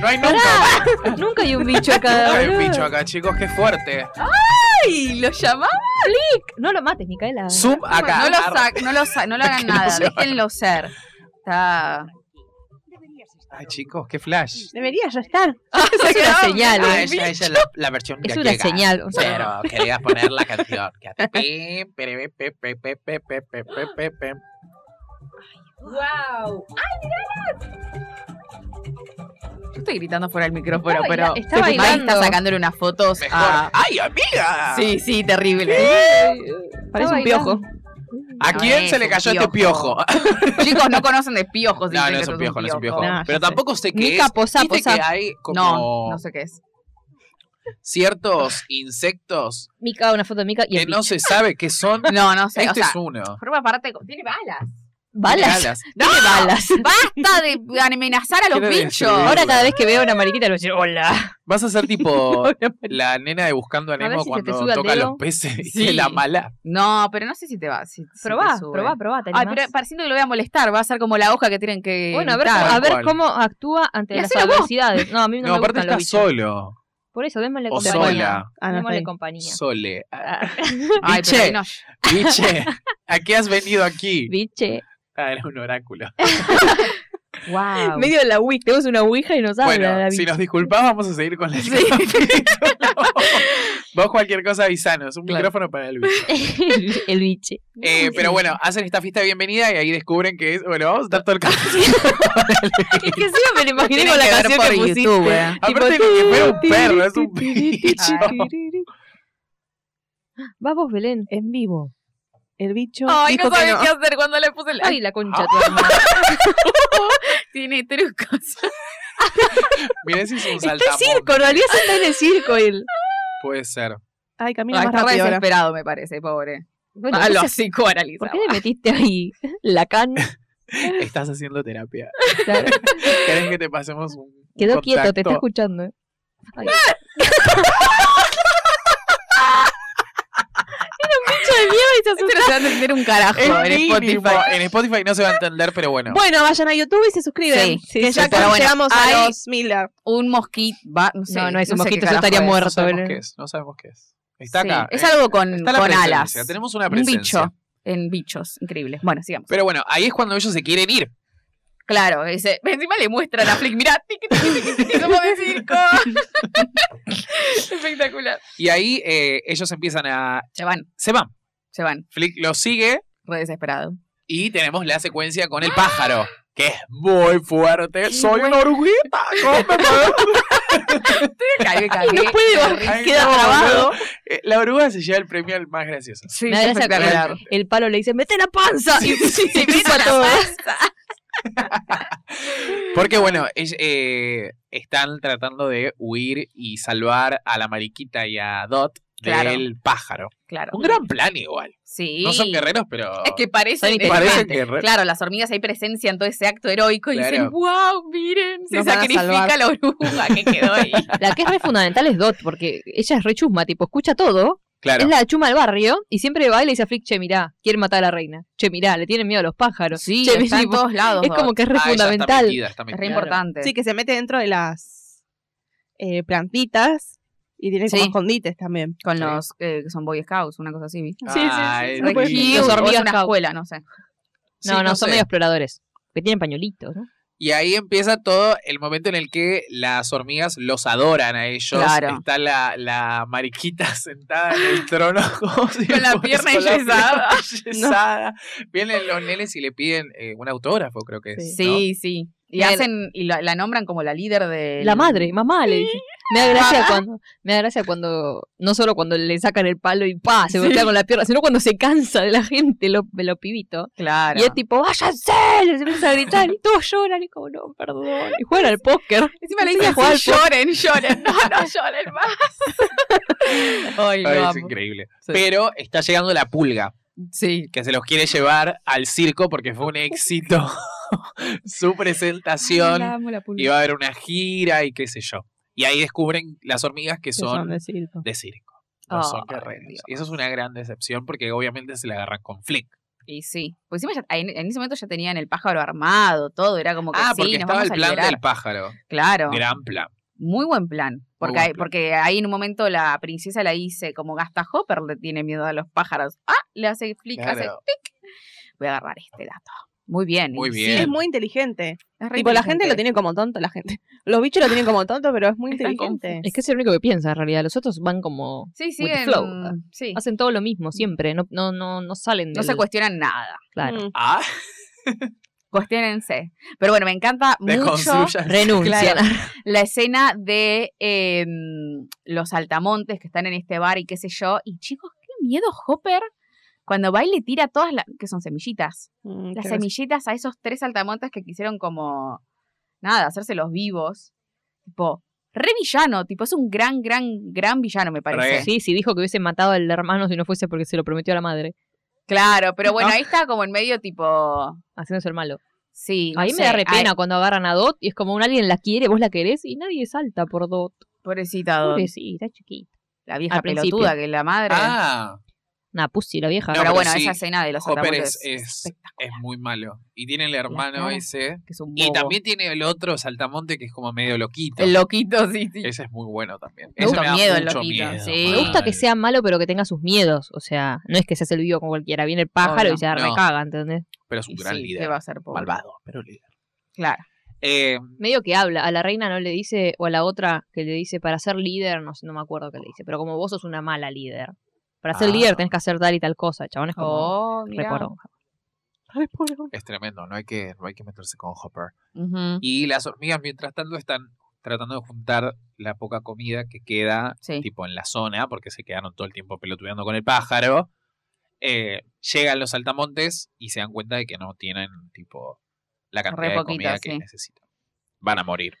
Speaker 1: No hay nunca.
Speaker 4: Nunca hay un bicho acá.
Speaker 1: No hay un
Speaker 4: boludo.
Speaker 1: bicho acá, chicos, qué fuerte.
Speaker 2: Y lo llamaba.
Speaker 4: No lo mates, Micaela.
Speaker 1: Zoom acá.
Speaker 2: No lo,
Speaker 1: Ar-
Speaker 2: sa- no lo, sa- no lo hagan
Speaker 1: Que no
Speaker 2: nada,
Speaker 1: se
Speaker 2: déjenlo ser. Está.
Speaker 1: Ay, chicos, qué flash.
Speaker 3: Debería ya estar.
Speaker 4: es una señal.
Speaker 1: Ah,
Speaker 4: ¿eh?
Speaker 1: ella, ella es la, la versión
Speaker 4: Es una
Speaker 1: gallega.
Speaker 4: señal. o sea,
Speaker 1: Pero querías poner la canción. que hace pe, pere, pe, pe, pe, pe, pe, pe, pe, pe, pe.
Speaker 2: ¡Wow! ¡Ay, Yo estoy gritando fuera del micrófono,
Speaker 4: Está
Speaker 2: pero.
Speaker 4: baila- está
Speaker 2: Ahí
Speaker 4: bailando.
Speaker 2: está sacándole unas fotos
Speaker 1: Mejor.
Speaker 2: a.
Speaker 1: ¡Ay, amiga!
Speaker 2: Ah. Sí, sí, terrible.
Speaker 3: Parece un
Speaker 4: bailando.
Speaker 3: piojo.
Speaker 1: ¿A
Speaker 2: No
Speaker 1: quién
Speaker 2: es
Speaker 1: se le
Speaker 2: un
Speaker 1: cayó este piojo?
Speaker 2: Chicos, no conocen de piojos.
Speaker 1: No,
Speaker 2: dicen
Speaker 1: no
Speaker 2: que
Speaker 1: es
Speaker 2: sos
Speaker 1: un piojo, no es un piojo.
Speaker 3: No,
Speaker 1: Pero
Speaker 3: ya sé.
Speaker 1: tampoco sé qué
Speaker 4: Ni
Speaker 1: es.
Speaker 4: capo, sapo,
Speaker 1: Viste que
Speaker 4: sapo.
Speaker 1: hay
Speaker 2: No,
Speaker 1: como
Speaker 2: no sé qué es.
Speaker 1: ciertos insectos
Speaker 4: Mica, una foto de Mica y
Speaker 1: que
Speaker 4: el
Speaker 1: no se sabe qué son.
Speaker 2: No, no sé. O
Speaker 1: Este
Speaker 2: sea,
Speaker 1: es uno.
Speaker 2: forma parte. Tiene balas.
Speaker 4: ¿Balas?
Speaker 2: ¡No!
Speaker 4: balas.
Speaker 2: ¡Basta de amenazar a los
Speaker 1: Quiero
Speaker 2: bichos!
Speaker 1: destruir.
Speaker 4: Ahora cada vez que veo una mariquita le voy a decir hola.
Speaker 1: Vas a ser tipo la nena de Buscando a
Speaker 4: ver
Speaker 1: Nemo
Speaker 4: si se te
Speaker 1: cuando
Speaker 4: sube al
Speaker 1: toca a
Speaker 4: dedo.
Speaker 1: los peces y
Speaker 4: Sí.
Speaker 1: se la mala.
Speaker 2: No, pero no sé si te va. Si, si
Speaker 4: Probá,
Speaker 2: te sube.
Speaker 4: probá, probá. te
Speaker 2: Ay,
Speaker 4: animás.
Speaker 2: pero pareciendo que lo voy a molestar. Va a ser como la hoja que tienen que.
Speaker 4: Bueno, a ver,
Speaker 2: evitar.
Speaker 1: eh,
Speaker 4: cómo- a
Speaker 1: Tal
Speaker 4: ver
Speaker 1: cual.
Speaker 4: cómo actúa ante
Speaker 2: Y
Speaker 4: las
Speaker 2: hacelo vos.
Speaker 4: adversidades. No, a mí no,
Speaker 1: No,
Speaker 4: me
Speaker 1: aparte
Speaker 4: gustan los
Speaker 1: está
Speaker 4: bichos.
Speaker 1: solo.
Speaker 4: Por eso, démosle
Speaker 1: O
Speaker 4: compañía.
Speaker 1: sola.
Speaker 3: Ah, no
Speaker 4: Démosle
Speaker 3: sé.
Speaker 4: compañía.
Speaker 1: Sole.
Speaker 2: Ay, pero
Speaker 1: Biche.
Speaker 2: que no.
Speaker 1: Biche, ¿a qué has venido aquí?
Speaker 4: Biche.
Speaker 1: Ah, era un oráculo.
Speaker 2: Wow.
Speaker 4: Medio de la Ouija. Tenemos una Ouija y nos habla la
Speaker 1: Bueno, si
Speaker 4: biche.
Speaker 1: nos disculpás, vamos a seguir con la Vos cualquier cosa avisanos, un
Speaker 4: Claro.
Speaker 1: micrófono para el bicho.
Speaker 4: el biche.
Speaker 1: Eh, pero bueno, hacen esta fiesta de bienvenida y ahí descubren que es. Bueno, vamos a estar todo el camino.
Speaker 4: Es que sí, me lo imaginé
Speaker 2: Tienen
Speaker 4: con la
Speaker 2: que ver
Speaker 4: canción
Speaker 2: por
Speaker 4: que pusiste.
Speaker 2: YouTube, eh.
Speaker 1: Aparte,
Speaker 4: Tipo,
Speaker 1: ni que fuera un perro, es un bicho.
Speaker 4: Va vos, Belén.
Speaker 3: En vivo. El bicho
Speaker 2: Ay,
Speaker 3: dijo
Speaker 2: no
Speaker 3: que
Speaker 2: sabía
Speaker 3: no.
Speaker 2: qué hacer cuando le puse la.
Speaker 4: Ay, la concha.
Speaker 1: Ah,
Speaker 4: tu hermana. Este
Speaker 2: tiene trucos.
Speaker 1: Ah, Mirá si es un
Speaker 4: Está en
Speaker 1: saltamontes.
Speaker 4: circo, en realidad sí está en el circo él.
Speaker 1: Puede ser.
Speaker 3: Ay, camina
Speaker 2: Ay,
Speaker 3: más
Speaker 2: está re
Speaker 3: rápido ahora.
Speaker 2: Ah, desesperado, me parece, pobre.
Speaker 4: Bueno,
Speaker 2: a lo
Speaker 4: entonces,
Speaker 2: psicoanalizado.
Speaker 4: ¿Por qué le metiste ahí Lacan?
Speaker 1: Estás haciendo terapia.
Speaker 4: Claro.
Speaker 1: ¿Querés que te pasemos un.
Speaker 4: Quedó
Speaker 1: contacto?
Speaker 4: quieto, te está escuchando. eh. Ay. Era un bicho de mierda y se
Speaker 2: Esto
Speaker 4: asustó.
Speaker 2: no se va a entender un carajo
Speaker 1: Es
Speaker 2: en
Speaker 1: mínimo.
Speaker 2: Spotify.
Speaker 1: En Spotify no se va a entender, pero bueno.
Speaker 3: Bueno, vayan a YouTube y se suscriben.
Speaker 2: Sí, sí,
Speaker 3: que
Speaker 2: sí,
Speaker 3: ya
Speaker 2: sí,
Speaker 3: casi
Speaker 2: pero bueno,
Speaker 3: llegamos
Speaker 2: hay-
Speaker 3: a los Miller.
Speaker 2: Un mosquito. va, No, sé,
Speaker 4: No, no es
Speaker 2: sé qué
Speaker 4: un mosquito, yo
Speaker 2: carajo
Speaker 4: estaría
Speaker 2: es.
Speaker 4: muerto.
Speaker 1: no sabemos
Speaker 4: Belén.
Speaker 1: qué es. No sabemos qué es. Está
Speaker 2: Sí,
Speaker 1: acá.
Speaker 2: Es
Speaker 1: eh.
Speaker 2: algo con,
Speaker 1: Está la
Speaker 2: con
Speaker 1: presencia.
Speaker 2: alas.
Speaker 1: Tenemos una
Speaker 2: Un
Speaker 1: presencia.
Speaker 2: bicho. En bichos. Increíble. Bueno, sigamos.
Speaker 1: Pero bueno, ahí es cuando ellos se quieren ir.
Speaker 2: Claro, dice, encima le muestran a Flick, mirá, tiqui, tiqui, tiqui, tiqui, somos de circo. Espectacular.
Speaker 1: Y ahí eh, ellos empiezan a.
Speaker 2: Se van,
Speaker 1: Se van.
Speaker 2: se van,
Speaker 1: Flick los sigue
Speaker 2: re desesperado.
Speaker 1: y tenemos la secuencia con el pájaro, que es muy fuerte. Soy una oruguita. cómeme.
Speaker 2: Cagué, cagué.
Speaker 4: No puede
Speaker 1: Ay,
Speaker 4: queda
Speaker 1: no,
Speaker 4: trabado.
Speaker 1: boludo. Eh, La oruga se lleva el premio al más gracioso.
Speaker 2: Sí,
Speaker 4: Me da gracia cuando
Speaker 2: espectacular.
Speaker 4: El palo le dice, mete la panza. y se
Speaker 2: Se mete
Speaker 4: pisa
Speaker 2: la
Speaker 4: todo.
Speaker 2: panza.
Speaker 1: Porque bueno, es- eh, están tratando de huir y salvar a la mariquita y a Dot
Speaker 2: Claro.
Speaker 1: del pájaro.
Speaker 2: Claro.
Speaker 1: Un gran plan igual.
Speaker 2: Sí.
Speaker 1: No son guerreros, pero
Speaker 2: Es que parecen,
Speaker 4: Son
Speaker 1: parecen
Speaker 2: parecen
Speaker 1: guerreros.
Speaker 2: Claro, las hormigas ahí presencian todo ese acto heroico y
Speaker 1: Claro.
Speaker 2: dicen, wow, miren, se
Speaker 3: Nos van a
Speaker 2: sacrifica
Speaker 3: salvar".
Speaker 2: la oruga que quedó ahí.
Speaker 4: La que es re fundamental es Dot, porque ella es re chusma, tipo, escucha todo.
Speaker 1: Claro.
Speaker 4: Es la chuma del barrio y siempre va y le dice a Flick, che, mirá, quiere matar a la reina. Che, mirá, le tienen miedo a los pájaros.
Speaker 2: Sí,
Speaker 4: Che,
Speaker 2: está en
Speaker 4: tipo,
Speaker 2: todos lados.
Speaker 4: es como que es re
Speaker 1: Ah, ella está
Speaker 4: fundamental.
Speaker 1: metida, está
Speaker 2: Es
Speaker 1: metida.
Speaker 2: re importante.
Speaker 3: Sí, que se mete dentro de las eh, plantitas y tiene como
Speaker 2: Sí.
Speaker 3: escondites también.
Speaker 2: Con
Speaker 1: Sí. Ah,
Speaker 2: los eh, que son Boy Scouts, una cosa así, ¿viste?
Speaker 4: Sí, sí, sí,
Speaker 1: Ay,
Speaker 4: sí,
Speaker 2: Re
Speaker 4: puede
Speaker 1: sí.
Speaker 4: ser.
Speaker 2: cute,
Speaker 4: Los
Speaker 2: o es
Speaker 4: hormigas
Speaker 2: una
Speaker 4: scout.
Speaker 2: escuela, no sé.
Speaker 1: Sí,
Speaker 4: no, no, son
Speaker 1: sé.
Speaker 4: medio exploradores. Que tienen pañuelitos, ¿no?
Speaker 1: Y ahí empieza todo el momento en el que las hormigas los adoran a ellos.
Speaker 2: Claro.
Speaker 1: Está la, la mariquita sentada en el trono.
Speaker 2: Con la pierna enyesada.
Speaker 1: enyesada. Vienen los nenes y le piden eh, un autógrafo, creo que es. ¿no?
Speaker 2: Sí, sí. Y
Speaker 4: Claro.
Speaker 2: hacen, y la, la nombran como la líder de
Speaker 4: La madre, mamá, le dice. Me da gracia cuando, me da gracia cuando, no solo cuando le sacan el palo y pa, se voltea con la pierna, sino cuando se cansa de la gente, los lo pibitos.
Speaker 2: Claro.
Speaker 4: Y es tipo, váyanse, les empieza a gritar y todos lloran y como, no, perdón. Y juegan al póker.
Speaker 2: Encima le
Speaker 4: Encima
Speaker 2: dicen,
Speaker 4: juega al
Speaker 2: "Sí, lloren, lloren, no, no lloren más. Ay,
Speaker 1: Ay,
Speaker 2: lo
Speaker 1: es
Speaker 2: amo.
Speaker 1: increíble.
Speaker 2: Sí.
Speaker 1: Pero está llegando la pulga,
Speaker 2: Sí.
Speaker 1: que se los quiere llevar al circo porque fue un éxito su presentación.
Speaker 2: La amo, la pulga.
Speaker 1: y va a haber una gira y qué sé yo. Y ahí descubren las hormigas que
Speaker 3: que son
Speaker 1: son
Speaker 3: de circo.
Speaker 1: de circo, no son
Speaker 2: Ay,
Speaker 1: guerreros.
Speaker 2: Dios.
Speaker 1: Y eso es una gran decepción porque obviamente se le agarran con Flick.
Speaker 2: Y sí. Pues encima ya- en, en ese momento ya tenían el pájaro armado, todo, era como que
Speaker 1: Ah,
Speaker 2: sí,
Speaker 1: porque
Speaker 2: nos
Speaker 1: estaba
Speaker 2: vamos
Speaker 1: el
Speaker 2: a
Speaker 1: plan
Speaker 2: liberar.
Speaker 1: del pájaro.
Speaker 2: Claro.
Speaker 1: Gran plan.
Speaker 2: Muy buen plan. Porque,
Speaker 1: buen
Speaker 2: ahí-
Speaker 1: plan.
Speaker 2: porque ahí en un momento la princesa la dice como gasta Hopper, le tiene miedo a los pájaros. Ah, le hace flick, hace
Speaker 1: Claro.
Speaker 2: tic. Voy a agarrar este dato. Muy bien.
Speaker 1: Muy
Speaker 2: y
Speaker 1: bien.
Speaker 2: sí,
Speaker 3: Es muy inteligente.
Speaker 2: es re
Speaker 3: Tipo, la gente lo
Speaker 2: inteligente.
Speaker 3: tiene como tonto, la gente. Los bichos lo tienen como tonto, pero es muy
Speaker 2: Están
Speaker 3: inteligente.
Speaker 4: Es que es el único que piensa en realidad. Los otros van como.
Speaker 2: Sí,
Speaker 4: with the
Speaker 2: siguen-
Speaker 4: flow.
Speaker 2: sí.
Speaker 4: Hacen todo lo mismo siempre. No, no, no, no salen de.
Speaker 2: No se cuestionan nada.
Speaker 4: Claro.
Speaker 3: Mm.
Speaker 1: Ah,
Speaker 2: Cuestionense. Pero bueno, me encanta mucho
Speaker 1: deconstruyan.
Speaker 4: Renuncian.
Speaker 2: Claro. la escena de eh, los altamontes que están en este bar y qué sé yo. Y chicos, qué miedo Hopper cuando va y le tira todas las... que son semillitas.
Speaker 3: Mm,
Speaker 2: Las
Speaker 3: qué gracioso.
Speaker 2: semillitas a esos tres altamontes que quisieron como... Nada, hacerse los vivos. Tipo, re villano. Tipo, es un gran, gran, gran villano, me parece.
Speaker 1: Re.
Speaker 4: Sí, sí, dijo que hubiese matado al hermano si no fuese porque se lo prometió a la madre.
Speaker 2: Claro, pero bueno,
Speaker 4: ¿No?
Speaker 2: ahí está como en medio tipo...
Speaker 4: Haciéndose el malo.
Speaker 2: Sí. no
Speaker 4: Ahí
Speaker 2: sé,
Speaker 4: me da re
Speaker 2: ay,
Speaker 4: pena cuando agarran a Dot y es como un alguien la quiere, vos la querés y nadie salta por Dot.
Speaker 2: Pobrecita Dot,
Speaker 4: Pobrecita, chiquita.
Speaker 2: La vieja
Speaker 4: al principio.
Speaker 2: pelotuda que es la madre.
Speaker 1: Ah,
Speaker 4: Una pussy la vieja.
Speaker 1: No,
Speaker 2: pero,
Speaker 1: pero
Speaker 2: bueno,
Speaker 1: sí,
Speaker 2: esa escena de los
Speaker 1: Hopper
Speaker 2: altamontes
Speaker 1: es, es, es muy malo. Y tiene el
Speaker 4: La
Speaker 1: hermano
Speaker 4: cara.
Speaker 1: ese.
Speaker 4: que es un
Speaker 1: Y
Speaker 4: bobo.
Speaker 1: también tiene el otro saltamonte que es como medio loquito.
Speaker 2: El loquito, sí, sí.
Speaker 1: Ese es muy bueno también.
Speaker 2: Me
Speaker 1: Ese
Speaker 2: gusta
Speaker 1: da
Speaker 2: miedo el
Speaker 1: mucho
Speaker 2: loquito,
Speaker 1: miedo,
Speaker 2: sí.
Speaker 4: Me gusta que
Speaker 1: mal.
Speaker 4: sea malo, pero que tenga sus miedos. O sea, no es que se hace el vivo con cualquiera. Viene el pájaro
Speaker 2: Obvio,
Speaker 4: y se la
Speaker 1: no.
Speaker 4: recaga, ¿entendés?
Speaker 1: Pero es un
Speaker 2: Y
Speaker 1: gran
Speaker 2: sí, ¿qué
Speaker 1: líder.
Speaker 2: va a ser pobre?
Speaker 1: Malvado, pero líder.
Speaker 2: Claro.
Speaker 1: Eh,
Speaker 4: Medio que habla. A la reina no le dice, o a la otra que le dice, para ser líder, no sé, no me acuerdo qué le dice, pero como vos sos una mala líder. Para ser
Speaker 1: Ah.
Speaker 4: líder tenés que hacer tal y tal cosa. El Chabón es como
Speaker 2: Oh,
Speaker 4: re
Speaker 2: mirá.
Speaker 4: poronga.
Speaker 3: Ay, pobre.
Speaker 1: es tremendo, no hay, que, no hay que meterse con Hopper.
Speaker 2: Ujú,
Speaker 1: Y las hormigas, mientras tanto, están tratando de juntar la poca comida que queda,
Speaker 2: Sí.
Speaker 1: tipo en la zona, porque se quedaron todo el tiempo pelotudeando con el pájaro. Eh, llegan los saltamontes y se dan cuenta de que no tienen, tipo, la cantidad de
Speaker 2: poquito,
Speaker 1: comida que
Speaker 2: sí.
Speaker 1: necesitan. Van a morir.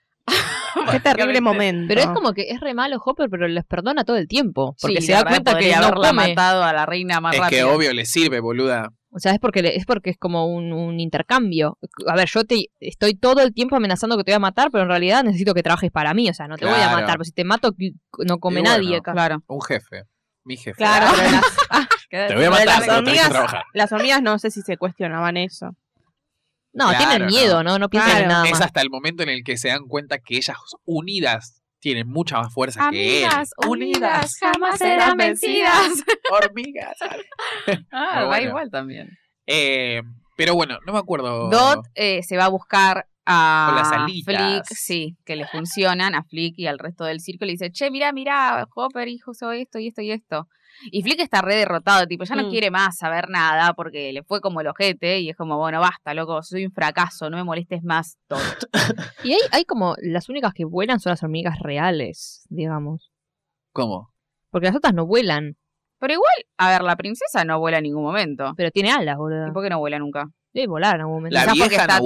Speaker 3: Qué terrible momento.
Speaker 4: Pero es como que es re malo Hopper, pero les perdona todo el tiempo. Porque
Speaker 2: Sí,
Speaker 4: se
Speaker 2: la
Speaker 4: da
Speaker 2: verdad
Speaker 4: cuenta que
Speaker 2: podría
Speaker 4: no
Speaker 2: haberla
Speaker 4: come.
Speaker 2: matado a la reina más
Speaker 1: es
Speaker 2: rápido.
Speaker 1: que obvio les sirve, boluda.
Speaker 4: O sea, es porque, le- es porque es como un, un intercambio. A ver, yo te estoy todo el tiempo amenazando que te voy a matar, pero en realidad necesito que trabajes para mí. O sea, no te voy a
Speaker 1: Claro.
Speaker 4: matar. Pero si te mato, qui- no come
Speaker 1: Y bueno.
Speaker 4: nadie acá.
Speaker 2: Claro.
Speaker 1: Un jefe, mi jefe.
Speaker 3: Claro, pero las,
Speaker 1: Te voy a
Speaker 3: Lo de
Speaker 1: matar,
Speaker 3: las
Speaker 1: pero tenés que
Speaker 3: hormigas-
Speaker 1: trabajar.
Speaker 3: las hormigas no sé si se cuestionaban eso.
Speaker 4: No,
Speaker 1: Claro,
Speaker 4: tienen miedo, ¿no? No, piensan en
Speaker 3: Claro.
Speaker 4: nada
Speaker 1: Es
Speaker 4: más.
Speaker 1: hasta el momento en el que se dan cuenta que ellas unidas tienen mucha más fuerza
Speaker 2: Amigas,
Speaker 1: que él.
Speaker 2: unidas, jamás serán vencidas.
Speaker 1: Hormigas.
Speaker 2: Ah,
Speaker 1: Pero
Speaker 2: va
Speaker 1: bueno.
Speaker 2: igual también.
Speaker 1: Eh, pero bueno, no me acuerdo.
Speaker 2: Dot eh, se va a buscar
Speaker 1: Oh. Con las
Speaker 2: a
Speaker 1: alitas.
Speaker 2: Flick, sí, que le funcionan a Flick y al resto del círculo. Y dice, che, mirá, mirá, Hopper, hijo, hizo esto y esto y esto. Y Flick está re derrotado, tipo, ya no
Speaker 3: Mm.
Speaker 2: quiere más saber nada porque le fue como el ojete y es como, bueno, basta, loco, soy un fracaso, no me molestes más, Dot.
Speaker 4: Y hay, hay como, las únicas que vuelan son las hormigas reales, digamos.
Speaker 1: ¿Cómo?
Speaker 4: Porque las otras no vuelan,
Speaker 2: Pero igual, a ver, la princesa no vuela en ningún momento.
Speaker 4: pero tiene alas,
Speaker 2: ¿Y
Speaker 4: boludo.
Speaker 2: por qué no vuela nunca?
Speaker 4: Debe volar en algún momento.
Speaker 1: La
Speaker 4: Quizás
Speaker 1: vieja
Speaker 4: porque
Speaker 1: no
Speaker 4: está tan-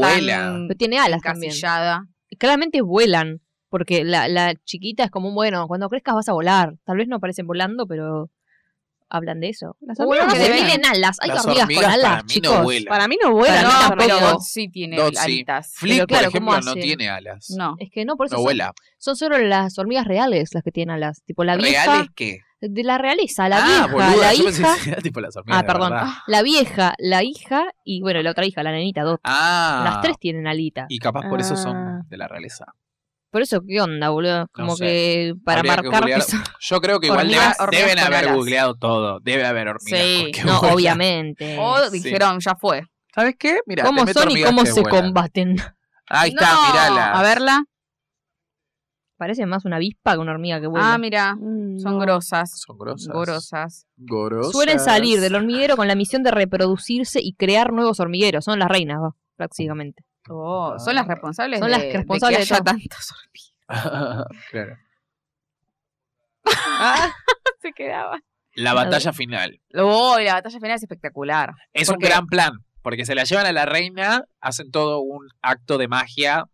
Speaker 1: vuela.
Speaker 4: Pero tiene alas también.
Speaker 2: Encasillada.
Speaker 4: Claramente vuelan, porque la, la chiquita es como, bueno, cuando crezcas vas a volar. Tal vez no aparecen volando, pero hablan de eso.
Speaker 3: Las
Speaker 4: O bueno,
Speaker 3: hormigas
Speaker 4: no sé,
Speaker 3: vuelan.
Speaker 4: tienen alas. Hay
Speaker 1: Las
Speaker 4: hormigas,
Speaker 1: hormigas
Speaker 4: con alas,
Speaker 1: para mí no
Speaker 4: chicos.
Speaker 1: vuelan.
Speaker 3: Para mí no vuela.
Speaker 4: Para mí
Speaker 2: no,
Speaker 4: tampoco.
Speaker 2: pero Dot sí tiene
Speaker 1: Dot sí.
Speaker 2: alitas.
Speaker 1: Flick,
Speaker 4: claro,
Speaker 1: por
Speaker 4: ¿cómo
Speaker 1: ejemplo, no
Speaker 4: hace?
Speaker 1: tiene alas. No,
Speaker 2: No.
Speaker 4: Es que no, por eso son-
Speaker 1: vuela.
Speaker 4: son, solo las hormigas reales las que tienen alas. Tipo la vieja
Speaker 1: ¿Reales qué?
Speaker 4: de la realeza, la
Speaker 1: ah,
Speaker 4: vieja,
Speaker 1: boluda,
Speaker 4: la
Speaker 1: yo pensé que
Speaker 4: hija,
Speaker 1: era tipo las hormigas
Speaker 4: Ah,
Speaker 1: de
Speaker 4: perdón.
Speaker 1: verdad.
Speaker 4: la vieja, la hija y bueno, la otra hija, la nenita, dos.
Speaker 1: Ah.
Speaker 4: Las tres tienen alitas.
Speaker 1: Y capaz por eso
Speaker 3: Ah.
Speaker 1: son de la realeza.
Speaker 4: Por eso, ¿qué onda, boludo? Como
Speaker 1: sé.
Speaker 4: que para
Speaker 1: Habría que
Speaker 4: marcar que
Speaker 1: googlear
Speaker 4: son-
Speaker 1: Yo creo que igual
Speaker 2: Hormigas-
Speaker 1: deben-
Speaker 2: hormigas
Speaker 1: deben
Speaker 2: con
Speaker 1: haber
Speaker 2: alas.
Speaker 1: googleado todo. Debe haber hormigas.
Speaker 2: Sí.
Speaker 1: porque
Speaker 4: No,
Speaker 1: vuelan.
Speaker 4: obviamente.
Speaker 2: O
Speaker 1: Sí.
Speaker 2: dijeron, ya fue.
Speaker 1: ¿Sabes qué? Mira,
Speaker 4: ¿Cómo son y cómo se combaten?
Speaker 1: Ahí está,
Speaker 2: No,
Speaker 1: mirala.
Speaker 2: A verla. Ah,
Speaker 4: Parece más una avispa que una hormiga que
Speaker 2: Ah,
Speaker 4: vuela. Mm,
Speaker 2: mira. Son grosas.
Speaker 1: Son grosas.
Speaker 2: Gorosas.
Speaker 1: Gorosas.
Speaker 4: Suelen salir del hormiguero con la misión de reproducirse y crear nuevos hormigueros. Son las reinas, va, prácticamente.
Speaker 2: Oh, son las responsables
Speaker 4: Ah. Son
Speaker 2: de,
Speaker 4: las
Speaker 2: de
Speaker 4: responsables de
Speaker 2: que haya
Speaker 4: todo.
Speaker 2: tantas hormigas.
Speaker 1: claro.
Speaker 4: Ah.
Speaker 2: Se quedaban.
Speaker 1: La batalla final.
Speaker 2: Oh, la batalla final es espectacular.
Speaker 1: Es
Speaker 2: ¿Por
Speaker 1: un
Speaker 2: qué?
Speaker 1: gran plan. Porque se la llevan a la reina, hacen todo un acto de magia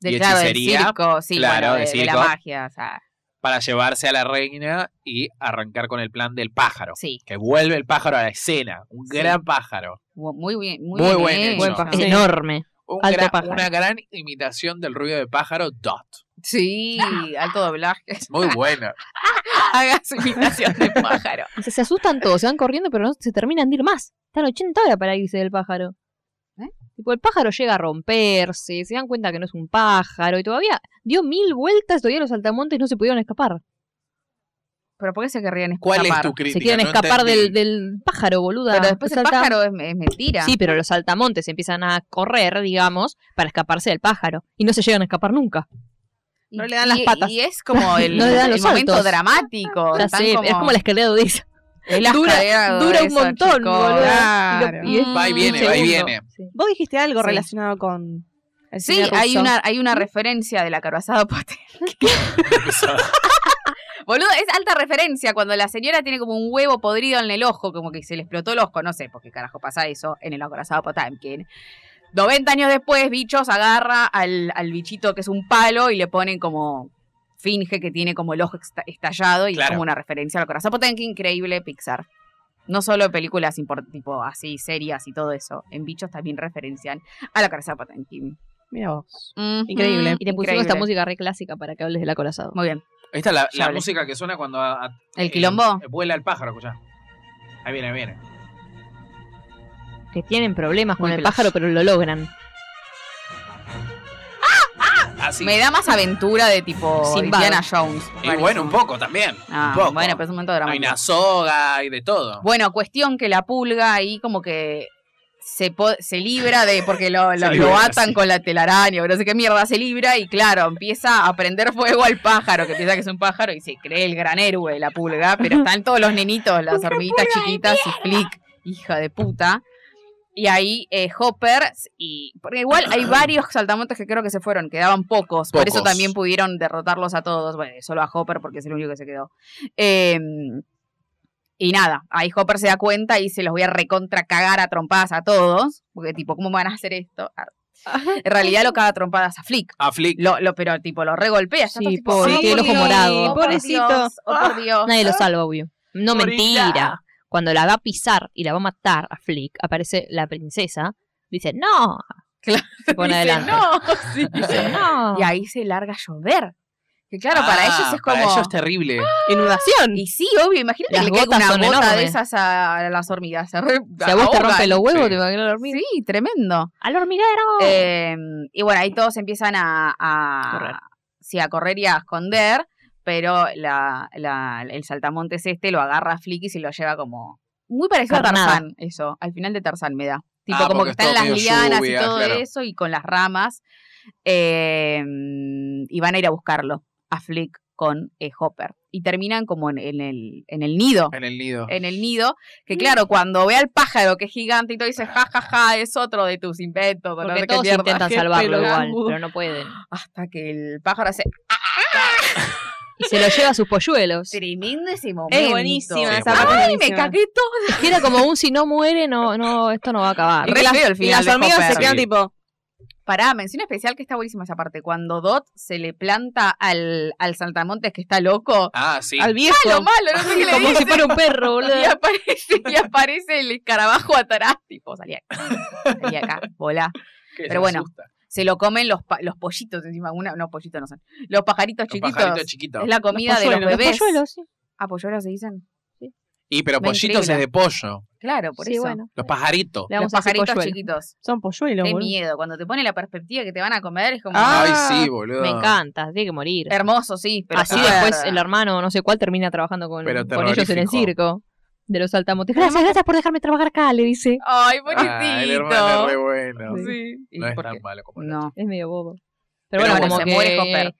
Speaker 2: De,
Speaker 1: ¿Y
Speaker 2: claro, del
Speaker 1: hechicería?
Speaker 2: circo, sí,
Speaker 1: Claro,
Speaker 2: bueno, de,
Speaker 1: de
Speaker 2: de la
Speaker 1: circo.
Speaker 2: magia. O sea,
Speaker 1: para llevarse a la reina y arrancar con el plan del pájaro.
Speaker 2: sí.
Speaker 1: Que vuelve el pájaro a la escena. Un
Speaker 2: Sí.
Speaker 1: gran pájaro.
Speaker 2: Bu- Muy bien. Muy,
Speaker 1: Muy
Speaker 2: bien
Speaker 1: buen
Speaker 2: hecho.
Speaker 1: hecho.
Speaker 4: Buen
Speaker 1: pájaro.
Speaker 4: Es
Speaker 3: Sí.
Speaker 4: enorme.
Speaker 1: Un
Speaker 4: Alto
Speaker 1: gran-
Speaker 4: pájaro.
Speaker 1: Una gran imitación del ruido de pájaro, Dot.
Speaker 2: Sí, alto doblaje.
Speaker 1: Muy buena.
Speaker 2: Haga su imitación de pájaro.
Speaker 4: Se, se asustan todos, se van corriendo, pero no se terminan de ir más. Están 80 horas para irse del pájaro.
Speaker 2: ¿Eh?
Speaker 4: Tipo, el pájaro llega a romperse, se dan cuenta que no es un pájaro y todavía dio mil vueltas, todavía los saltamontes no se pudieron escapar.
Speaker 2: ¿Pero por qué se querrían escapar?
Speaker 1: ¿Cuál es tu crítica?
Speaker 4: Se quieren
Speaker 1: No
Speaker 4: escapar
Speaker 1: entendí.
Speaker 4: del, del pájaro, boluda.
Speaker 2: Pero después
Speaker 4: Los
Speaker 2: el
Speaker 4: salta-
Speaker 2: pájaro es, es mentira.
Speaker 4: Sí, pero los saltamontes empiezan a correr, digamos, para escaparse del pájaro. Y no se llegan a escapar nunca.
Speaker 2: Y-
Speaker 3: no le dan las
Speaker 2: y-
Speaker 3: patas.
Speaker 2: Y es como el,
Speaker 4: No le dan
Speaker 2: el
Speaker 4: los
Speaker 2: momento
Speaker 4: saltos.
Speaker 2: dramático.
Speaker 4: Ya
Speaker 2: están
Speaker 4: sé, Es como la escalera de Odisea.
Speaker 2: el asco
Speaker 4: dura-
Speaker 2: de algo
Speaker 4: Dura
Speaker 2: de
Speaker 4: un
Speaker 2: eso, Mm.
Speaker 4: montón,
Speaker 2: chicos.
Speaker 4: boluda. Y lo-
Speaker 3: Claro.
Speaker 4: y es
Speaker 1: Va y
Speaker 4: un
Speaker 1: viene, va y
Speaker 4: segundo.
Speaker 1: viene.
Speaker 4: Sí.
Speaker 3: Vos dijiste algo
Speaker 2: Sí.
Speaker 3: relacionado con. el
Speaker 2: Sí,
Speaker 3: cine
Speaker 2: hay
Speaker 3: ruso.
Speaker 2: una, hay una referencia de la carvazada Potter. Boludo, es alta referencia cuando la señora tiene como un huevo podrido en el ojo, como que se le explotó el ojo, no sé por qué carajo pasa eso en el acorazado Potamkin. 90 años después, Bichos agarra al, al bichito que es un palo y le ponen como. finge que tiene como el ojo esta- estallado y es
Speaker 1: Claro.
Speaker 2: como una referencia al acorazado Potamkin. Increíble Pixar. No solo películas impor- tipo así, serias y todo eso. En Bichos también referencian al acorazado Potamkin.
Speaker 3: Mira vos.
Speaker 2: Ujú,
Speaker 3: Increíble.
Speaker 4: Mm. Y te pusimos
Speaker 2: increíble.
Speaker 4: esta música re clásica para que hables del acorazado.
Speaker 2: Muy bien.
Speaker 1: Esta es la,
Speaker 2: Ya
Speaker 1: la
Speaker 2: hablé.
Speaker 1: música que suena cuando a- a-
Speaker 2: ¿El quilombo?
Speaker 1: eh, vuela el pájaro, escuchá. Ahí viene, ahí viene.
Speaker 4: Que tienen problemas con
Speaker 2: Muy
Speaker 4: el
Speaker 2: clash.
Speaker 4: pájaro, pero lo logran.
Speaker 1: Así.
Speaker 2: Me da más aventura de tipo
Speaker 4: Sinbad.
Speaker 2: Indiana Jones.
Speaker 1: y bueno, un poco también.
Speaker 2: Ah,
Speaker 1: un poco.
Speaker 2: bueno, pero es un momento
Speaker 1: Hay
Speaker 2: dramático.
Speaker 1: una soga y de todo.
Speaker 2: Bueno, cuestión que la pulga ahí como que se, po- se libra de. porque lo, lo-
Speaker 1: Se libra,
Speaker 2: lo atan
Speaker 1: sí.
Speaker 2: con la telaraña o no sé qué mierda, se libra y claro, empieza a prender fuego al pájaro, que piensa que es un pájaro y se cree el gran héroe la pulga, pero están todos los nenitos, las hormiguitas chiquitas y Flick, hija de puta. Y ahí eh, Hopper, y. Porque igual hay varios saltamontes que creo que se fueron, quedaban pocos, por eso
Speaker 1: Pocos.
Speaker 2: también pudieron derrotarlos a todos. Bueno, solo a Hopper porque es el único que se quedó. Em, y nada, ahí Hopper se da cuenta y se los voy a recontra cagar a trompadas a todos. Porque, tipo, ¿cómo van a hacer esto? Ah. En realidad lo caga a trompadas a Flick.
Speaker 1: A Flick.
Speaker 2: Lo, lo, pero, tipo, lo regolpea. Está
Speaker 4: Sí,
Speaker 2: todo tipo,
Speaker 4: pobre,
Speaker 2: "Oh,
Speaker 4: tiene el
Speaker 2: por
Speaker 4: ojo
Speaker 2: Dios,
Speaker 4: morado. Ah.
Speaker 2: oh, por
Speaker 3: Pobrecito.
Speaker 2: Dios, Oh, por Dios.
Speaker 4: Nadie lo salva, obvio. No,
Speaker 1: Gorila.
Speaker 4: mentira. Cuando la va a pisar y la va a matar a Flick, aparece la princesa. Dice, no.
Speaker 2: Claro,
Speaker 4: Se pone
Speaker 2: Dice,
Speaker 4: adelante.
Speaker 2: "No". Sí.
Speaker 4: Dice, no.
Speaker 2: Y ahí se larga a llover. Que claro, para ellos es como.
Speaker 1: Ah, Para ellos es terrible.
Speaker 3: Inundación.
Speaker 2: Y sí, obvio, imagínate
Speaker 4: Las
Speaker 2: que le caiga
Speaker 4: gotas
Speaker 2: una
Speaker 4: son
Speaker 2: gota de
Speaker 4: enormes.
Speaker 2: esas a, a las hormigas. Se re-
Speaker 4: Si a vos te
Speaker 2: ahogan.
Speaker 4: rompe los huevos,
Speaker 1: Sí.
Speaker 4: te va a quedar dormir.
Speaker 2: Sí, tremendo.
Speaker 4: ¡Al hormiguero!
Speaker 2: Eh, y bueno, ahí todos empiezan a, a-
Speaker 4: Correr.
Speaker 2: sí, a correr y a esconder, pero la, la- el saltamontes este lo agarra a Flick y se lo lleva como... Muy parecido a
Speaker 4: Carnada.
Speaker 2: Tarzán, eso, al final de Tarzán me da. Tipo,
Speaker 1: Ah,
Speaker 2: como
Speaker 1: porque
Speaker 2: que
Speaker 1: es todo
Speaker 2: están las
Speaker 1: medio
Speaker 2: lianas
Speaker 1: lluvia,
Speaker 2: y todo
Speaker 1: claro.
Speaker 2: eso y con las ramas. eh, y van a ir a buscarlo, a Flick con eh, Hopper. Y terminan como en, en el, en el nido
Speaker 1: En el nido.
Speaker 2: en el nido, que claro, cuando ve al pájaro que es gigante y todo dice, ja, ja, ja, es otro de tus inventos, o no sé
Speaker 4: Porque
Speaker 2: qué
Speaker 4: todos
Speaker 2: mierda".
Speaker 4: intentan
Speaker 3: qué
Speaker 4: salvarlo igual,
Speaker 3: pelotudo.
Speaker 4: pero no pueden.
Speaker 2: Hasta que el pájaro hace
Speaker 4: Y se lo lleva a sus polluelos.
Speaker 2: tremendo ese momento.
Speaker 3: Es buenísima
Speaker 1: Sí,
Speaker 3: esa
Speaker 1: bueno.
Speaker 3: parte es
Speaker 2: Ay, me
Speaker 3: buenísima.
Speaker 2: cagué todo.
Speaker 4: Que era como un si no muere, no, no, esto no va a acabar.
Speaker 2: Re feo el
Speaker 3: Y
Speaker 2: final
Speaker 3: las
Speaker 2: de
Speaker 3: hormigas se
Speaker 2: Hopper.
Speaker 3: quedan
Speaker 1: Sí.
Speaker 3: tipo.
Speaker 2: Pará, mención especial que está buenísima esa parte. Cuando Dot se le planta al, al saltamontes que está loco.
Speaker 1: Ah, sí.
Speaker 3: Al viejo.
Speaker 2: Malo, malo, no sé qué le
Speaker 4: Como
Speaker 2: dice.
Speaker 4: si fuera un perro, boludo.
Speaker 2: Y aparece, y aparece el escarabajo atrás. Tipo, salí acá. Salí acá, volá.
Speaker 1: Que se
Speaker 2: pero bueno,
Speaker 1: asusta.
Speaker 2: se lo comen los, pa- los pollitos encima, una, no pollitos no son, los pajaritos
Speaker 1: Los
Speaker 2: chiquitos.
Speaker 1: pajaritos chiquitos.
Speaker 2: es la comida de los
Speaker 3: polluelos, los
Speaker 2: bebés.
Speaker 4: polluelos, sí.
Speaker 2: Ah, polluelos se dicen.
Speaker 1: Y pero
Speaker 2: Ven,
Speaker 1: pollitos
Speaker 2: increíble.
Speaker 1: es de pollo.
Speaker 2: Claro, por
Speaker 4: Sí,
Speaker 2: eso.
Speaker 4: bueno.
Speaker 1: Los pajaritos.
Speaker 4: Le vamos
Speaker 2: los
Speaker 4: a decir
Speaker 2: pajaritos
Speaker 4: polluelo.
Speaker 2: chiquitos.
Speaker 3: Son polluelos,
Speaker 2: Qué
Speaker 3: boludo.
Speaker 2: miedo. Cuando te pone la perspectiva que te van a comer, es como
Speaker 3: Ah,
Speaker 1: Ay, sí, boludo.
Speaker 4: Me encanta, tiene que morir.
Speaker 2: hermoso, sí. Pero
Speaker 4: Así
Speaker 1: Ah.
Speaker 4: después el hermano, no sé cuál, termina trabajando con,
Speaker 1: Pero
Speaker 4: con ellos en el
Speaker 1: terrorífico.
Speaker 4: circo. De los saltamontes. Gracias, gracias por dejarme trabajar acá, le dice.
Speaker 2: Ay, bonitito.
Speaker 1: Ah, el hermano es re bueno.
Speaker 2: Sí. ¿Y
Speaker 1: No es
Speaker 2: por
Speaker 1: tan
Speaker 2: qué?
Speaker 1: malo como el otro.
Speaker 2: No.
Speaker 4: Es medio bobo.
Speaker 1: Pero
Speaker 4: Pero, bueno,
Speaker 1: bueno,
Speaker 4: como
Speaker 1: se
Speaker 4: que,
Speaker 2: muere Hopper.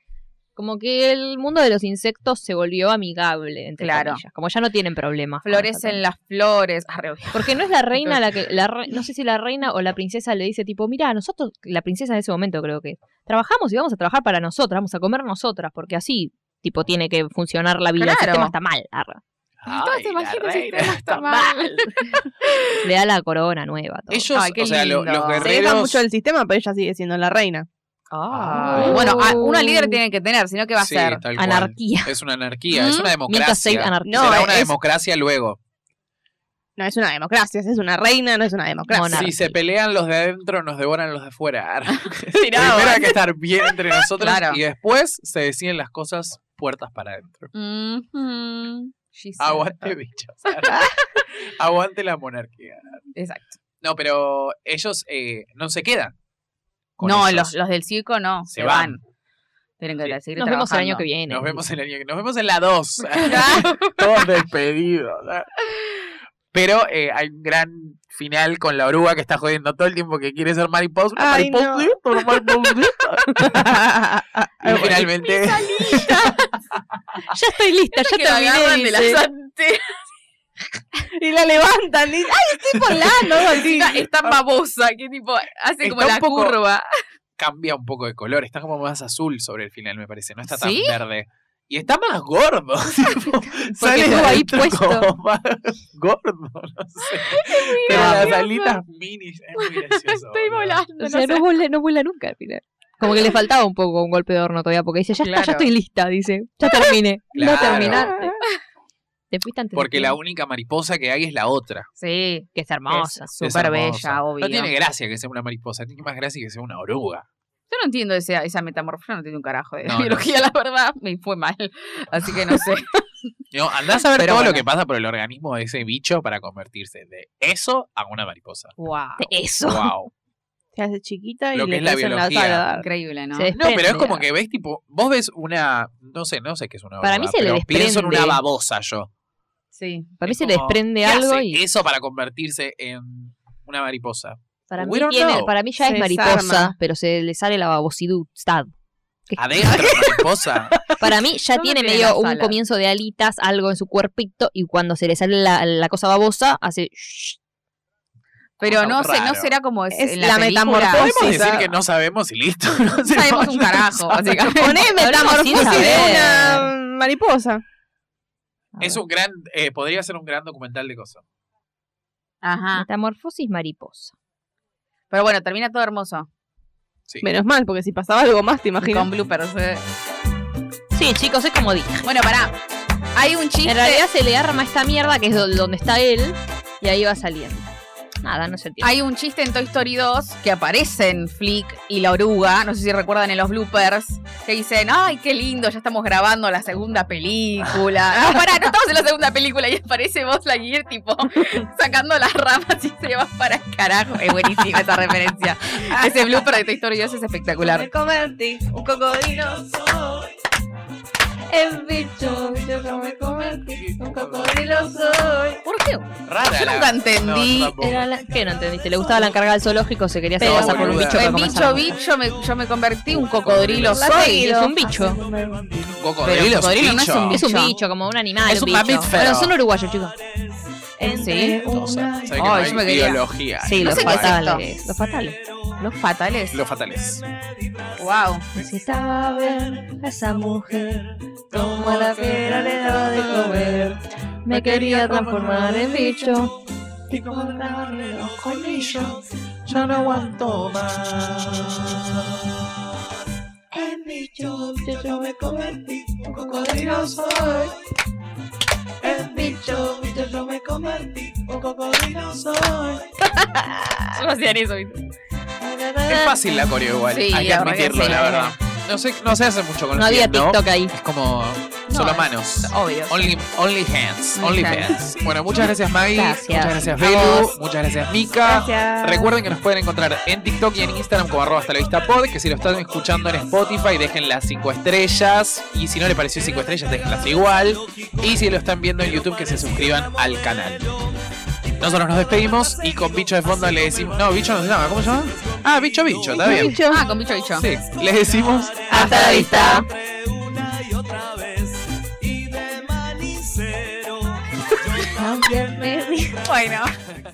Speaker 4: Como que el mundo de los insectos se volvió amigable, entre
Speaker 2: Claro.
Speaker 4: comillas. Como ya no tienen problemas. con los
Speaker 2: Florecen las flores. Ah, re obvio.
Speaker 4: Porque no es la reina la que. La re- no sé si la reina o la princesa le dice, tipo, mira, nosotros, la princesa en ese momento creo que, trabajamos y vamos a trabajar para nosotras, vamos a comer nosotras, porque así, tipo, tiene que funcionar la vida.
Speaker 2: Claro.
Speaker 4: El sistema está mal. arra.
Speaker 1: Ay,
Speaker 2: te imaginas
Speaker 1: la
Speaker 2: si
Speaker 1: reina
Speaker 2: tenés
Speaker 1: está
Speaker 2: tomar.
Speaker 1: mal.
Speaker 4: Le da la corona nueva. todo.
Speaker 1: Ellos,
Speaker 2: Ay, qué
Speaker 1: o sea, lo-
Speaker 2: lindo.
Speaker 1: los
Speaker 2: Se
Speaker 3: Se deja mucho
Speaker 1: guerreros.
Speaker 3: del sistema, pero ella sigue siendo la reina.
Speaker 1: Ah.
Speaker 2: Y Bueno, a- una líder tiene que tener, sino que va a
Speaker 1: Sí,
Speaker 2: ser.
Speaker 1: tal cual.
Speaker 4: Anarquía.
Speaker 1: Es una anarquía, es
Speaker 2: ¿Mm?
Speaker 1: una
Speaker 4: Mientras seis
Speaker 1: democracia.
Speaker 4: anarquía.
Speaker 3: No,
Speaker 1: Será una
Speaker 3: es-
Speaker 1: democracia luego.
Speaker 3: No es una democracia, es una reina, no es una democracia.
Speaker 4: Monarquía.
Speaker 1: Si se pelean los de adentro, nos devoran los de afuera.
Speaker 2: Mirá,
Speaker 1: Primero hay que estar bien entre nosotros
Speaker 2: Claro.
Speaker 1: y después se deciden las cosas puertas para adentro.
Speaker 2: Mhm. She's-
Speaker 1: Aguante, bichos. Aguante la monarquía.
Speaker 2: Exacto.
Speaker 1: No, pero ellos eh, no se quedan. con
Speaker 2: No,
Speaker 1: ellos.
Speaker 2: los, los del circo no.
Speaker 1: Se
Speaker 2: Se,
Speaker 1: van.
Speaker 2: van. Tienen que seguir
Speaker 4: Nos vemos el año que
Speaker 2: trabajando.
Speaker 4: viene.
Speaker 1: Nos vemos en el año que- nos vemos en la 2. Todos despedidos. ¿no? Pero eh, hay un gran final con la oruga que está jodiendo todo el tiempo que quiere ser mariposa.
Speaker 3: Ay, no.
Speaker 1: mariposita, una mariposita. Y finalmente
Speaker 4: Ya estoy lista, ya
Speaker 2: Que lo agarran
Speaker 4: terminé.
Speaker 2: de la
Speaker 4: dice.
Speaker 2: sante-
Speaker 3: Y la levantan. Y, ¡Ay, estoy volando! Así.
Speaker 2: Está- Es tan babosa que tipo hace como
Speaker 1: Está
Speaker 2: la
Speaker 1: un poco-
Speaker 2: curva.
Speaker 1: cambia un poco de color. Está como más azul sobre el final, me parece. No está tan
Speaker 2: ¿Sí?
Speaker 1: verde. Y está más gordo. tipo, sale de
Speaker 4: estuvo ahí
Speaker 1: adentro
Speaker 4: puesto.
Speaker 1: como más gordo, no sé. Pero las
Speaker 2: gracioso.
Speaker 1: alitas minis es muy gracioso.
Speaker 2: Estoy
Speaker 1: boludo.
Speaker 2: volando.
Speaker 4: O
Speaker 2: no
Speaker 4: sea,
Speaker 2: sé.
Speaker 4: no vuela, no vuela nunca al final. Como que le faltaba un poco un golpe de horno todavía, porque dice, ya está, ya
Speaker 2: Claro.
Speaker 4: estoy lista, dice. Ya terminé.
Speaker 1: Claro.
Speaker 4: No terminaste. Te fuiste antes. de
Speaker 1: Porque la
Speaker 4: tiempo.
Speaker 1: única mariposa que hay es la otra.
Speaker 2: Sí,
Speaker 4: Que es
Speaker 2: es
Speaker 4: hermosa.
Speaker 2: súper
Speaker 1: hermosa.
Speaker 2: bella, obvio.
Speaker 1: No tiene gracia que sea una mariposa, tiene más gracia que sea una oruga.
Speaker 2: Yo no entiendo ese- esa metamorfosis, no tengo un carajo de
Speaker 1: No, no.
Speaker 2: biología, la verdad, me fue mal. Así que no sé.
Speaker 1: No, andás a ver
Speaker 2: Pero
Speaker 1: todo lo
Speaker 2: bueno.
Speaker 1: que pasa por el organismo de ese bicho para convertirse de eso a una mariposa.
Speaker 2: wow.
Speaker 4: De Eso.
Speaker 1: Wow.
Speaker 3: Se hace chiquita y
Speaker 1: Lo que
Speaker 3: le
Speaker 1: es la
Speaker 3: crecen las
Speaker 1: biología.
Speaker 3: alas.
Speaker 2: Increíble, ¿no?
Speaker 4: Se
Speaker 1: No, pero es
Speaker 4: desprende.
Speaker 1: como que ves tipo, vos ves una, no sé, no sé qué es una oruga,
Speaker 4: Para mí se le
Speaker 1: pero pienso en una
Speaker 4: desprende.
Speaker 1: babosa yo.
Speaker 2: Sí.
Speaker 4: Para mí
Speaker 1: es
Speaker 4: se le
Speaker 1: como,
Speaker 4: desprende
Speaker 1: ¿Qué
Speaker 4: algo
Speaker 1: hace
Speaker 4: y.
Speaker 1: eso para convertirse en una mariposa?
Speaker 4: Para mí,
Speaker 1: We don't
Speaker 4: tiene-
Speaker 1: know.
Speaker 4: para mí ya
Speaker 3: Se
Speaker 4: es mariposa,
Speaker 3: desarma.
Speaker 4: pero se le sale la babosidad. ¿Qué?
Speaker 1: Adentro, mariposa.
Speaker 4: Para mí ya
Speaker 2: Solo
Speaker 4: tiene
Speaker 2: tiene
Speaker 4: medio
Speaker 2: las
Speaker 4: un
Speaker 2: alas.
Speaker 4: comienzo de alitas, algo en su cuerpito, y cuando se le sale la, la cosa babosa, hace. shh.
Speaker 2: Pero no
Speaker 1: Raro.
Speaker 2: sé, no será como es,
Speaker 3: Es
Speaker 2: en la,
Speaker 3: la
Speaker 2: película.
Speaker 3: metamorfosis.
Speaker 1: Podemos
Speaker 3: Sí,
Speaker 1: decir
Speaker 3: sabe.
Speaker 1: que no sabemos y listo. No,
Speaker 2: No sabemos un carajo, básicamente.
Speaker 3: Poné
Speaker 4: sin
Speaker 3: metamorfosis de
Speaker 4: saber.
Speaker 3: una mariposa.
Speaker 1: Es un gran, eh, podría ser un gran documental de cosas.
Speaker 2: Ajá.
Speaker 4: Metamorfosis mariposa.
Speaker 2: Pero bueno, termina todo hermoso.
Speaker 1: Sí.
Speaker 3: Menos mal, porque si pasaba algo más, te
Speaker 2: Y
Speaker 3: imagino.
Speaker 2: Con bloopers. eh.
Speaker 4: Sí, chicos, es como dije.
Speaker 2: Bueno, pará. Hay un chiste.
Speaker 4: En realidad se le arma esta mierda que es do- donde está él y ahí va saliendo. Nada, no se entiende.
Speaker 2: Hay un chiste en Toy Story 2 que aparecen Flick y la oruga, no sé si recuerdan en los bloopers, que dicen, ay, qué lindo, ya estamos grabando la segunda película. No, pará, no estamos en la segunda película y aparece Buzz Lightyear, tipo, sacando las ramas y se va para el carajo. Es buenísima esa referencia. Ese blooper de Toy Story 2 es espectacular.
Speaker 3: convertí un cocodrilo. El bicho, yo no me convertí un cocodrilo soy.
Speaker 2: ¿Por qué?
Speaker 1: Rara.
Speaker 2: Yo
Speaker 1: la-
Speaker 2: nunca
Speaker 1: No,
Speaker 2: entendí.
Speaker 1: yo tampoco.
Speaker 4: Era la- ¿Qué no entendiste? Le gustaba la encargada del zoológico, se quería hacer
Speaker 3: Pero,
Speaker 4: pasar por un
Speaker 1: boluda.
Speaker 4: bicho
Speaker 2: Me
Speaker 4: para
Speaker 2: bicho,
Speaker 4: comenzar.
Speaker 2: bicho, me- yo me convertí un cocodrilo
Speaker 4: La
Speaker 2: soy.
Speaker 4: peli es un bicho.
Speaker 1: Cocodrilo es un
Speaker 2: cocodrilo no es un
Speaker 1: bicho.
Speaker 4: Es un
Speaker 2: Bicho.
Speaker 4: bicho, como un animal.
Speaker 1: Es un
Speaker 4: bicho.
Speaker 1: mamífero.
Speaker 4: Bueno, son uruguayos, chicos.
Speaker 2: Sí.
Speaker 1: No sé, sabe que no
Speaker 2: Ay, yo
Speaker 1: hay
Speaker 2: me quería.
Speaker 1: biología.
Speaker 4: Sí,
Speaker 2: No
Speaker 4: los
Speaker 2: sé qué es esto.
Speaker 4: fatales. Los fatales.
Speaker 2: Los fatales.
Speaker 1: Los fatales.
Speaker 2: Wow.
Speaker 5: Necesitaba ver a esa mujer como la fiera le daba de comer. Me quería transformar en bicho y como darle los colmillos, ya no aguanto más. En bicho, yo, yo me convertí, un cocodrilo soy. En bicho, yo, yo me convertí, un cocodrilo soy.
Speaker 2: No hacían eso, ¿viste?
Speaker 1: Es fácil la coreo igual,
Speaker 2: Sí,
Speaker 1: hay que
Speaker 2: la verdad que
Speaker 1: admitirlo,
Speaker 2: sí.
Speaker 1: la verdad. No, sé, no se hace mucho con
Speaker 4: No
Speaker 1: los
Speaker 4: había
Speaker 1: pies, ¿no?
Speaker 4: TikTok ahí.
Speaker 1: Es como solo manos.
Speaker 2: Obvio.
Speaker 1: Only, only hands, only
Speaker 2: Only
Speaker 1: hands. Bueno, muchas gracias Maggie,
Speaker 4: Gracias.
Speaker 1: muchas gracias
Speaker 4: A
Speaker 1: Belu,
Speaker 4: vos.
Speaker 1: muchas gracias Mika. Recuerden que nos pueden encontrar en TikTok y en Instagram como arroba hasta la vista pod, que si lo están escuchando en Spotify dejen las 5 estrellas y si no le pareció 5 estrellas déjenlas igual y si lo están viendo en YouTube que se suscriban al canal. Nosotros nos despedimos y con bicho de fondo le decimos... No, bicho no se llama, ¿cómo se llama? Ah, bicho bicho, está bien.
Speaker 2: Ah, con bicho bicho.
Speaker 1: Sí, les decimos
Speaker 4: Hasta la vista.
Speaker 5: Una y otra vez y de manicero. Yo también
Speaker 2: Bueno.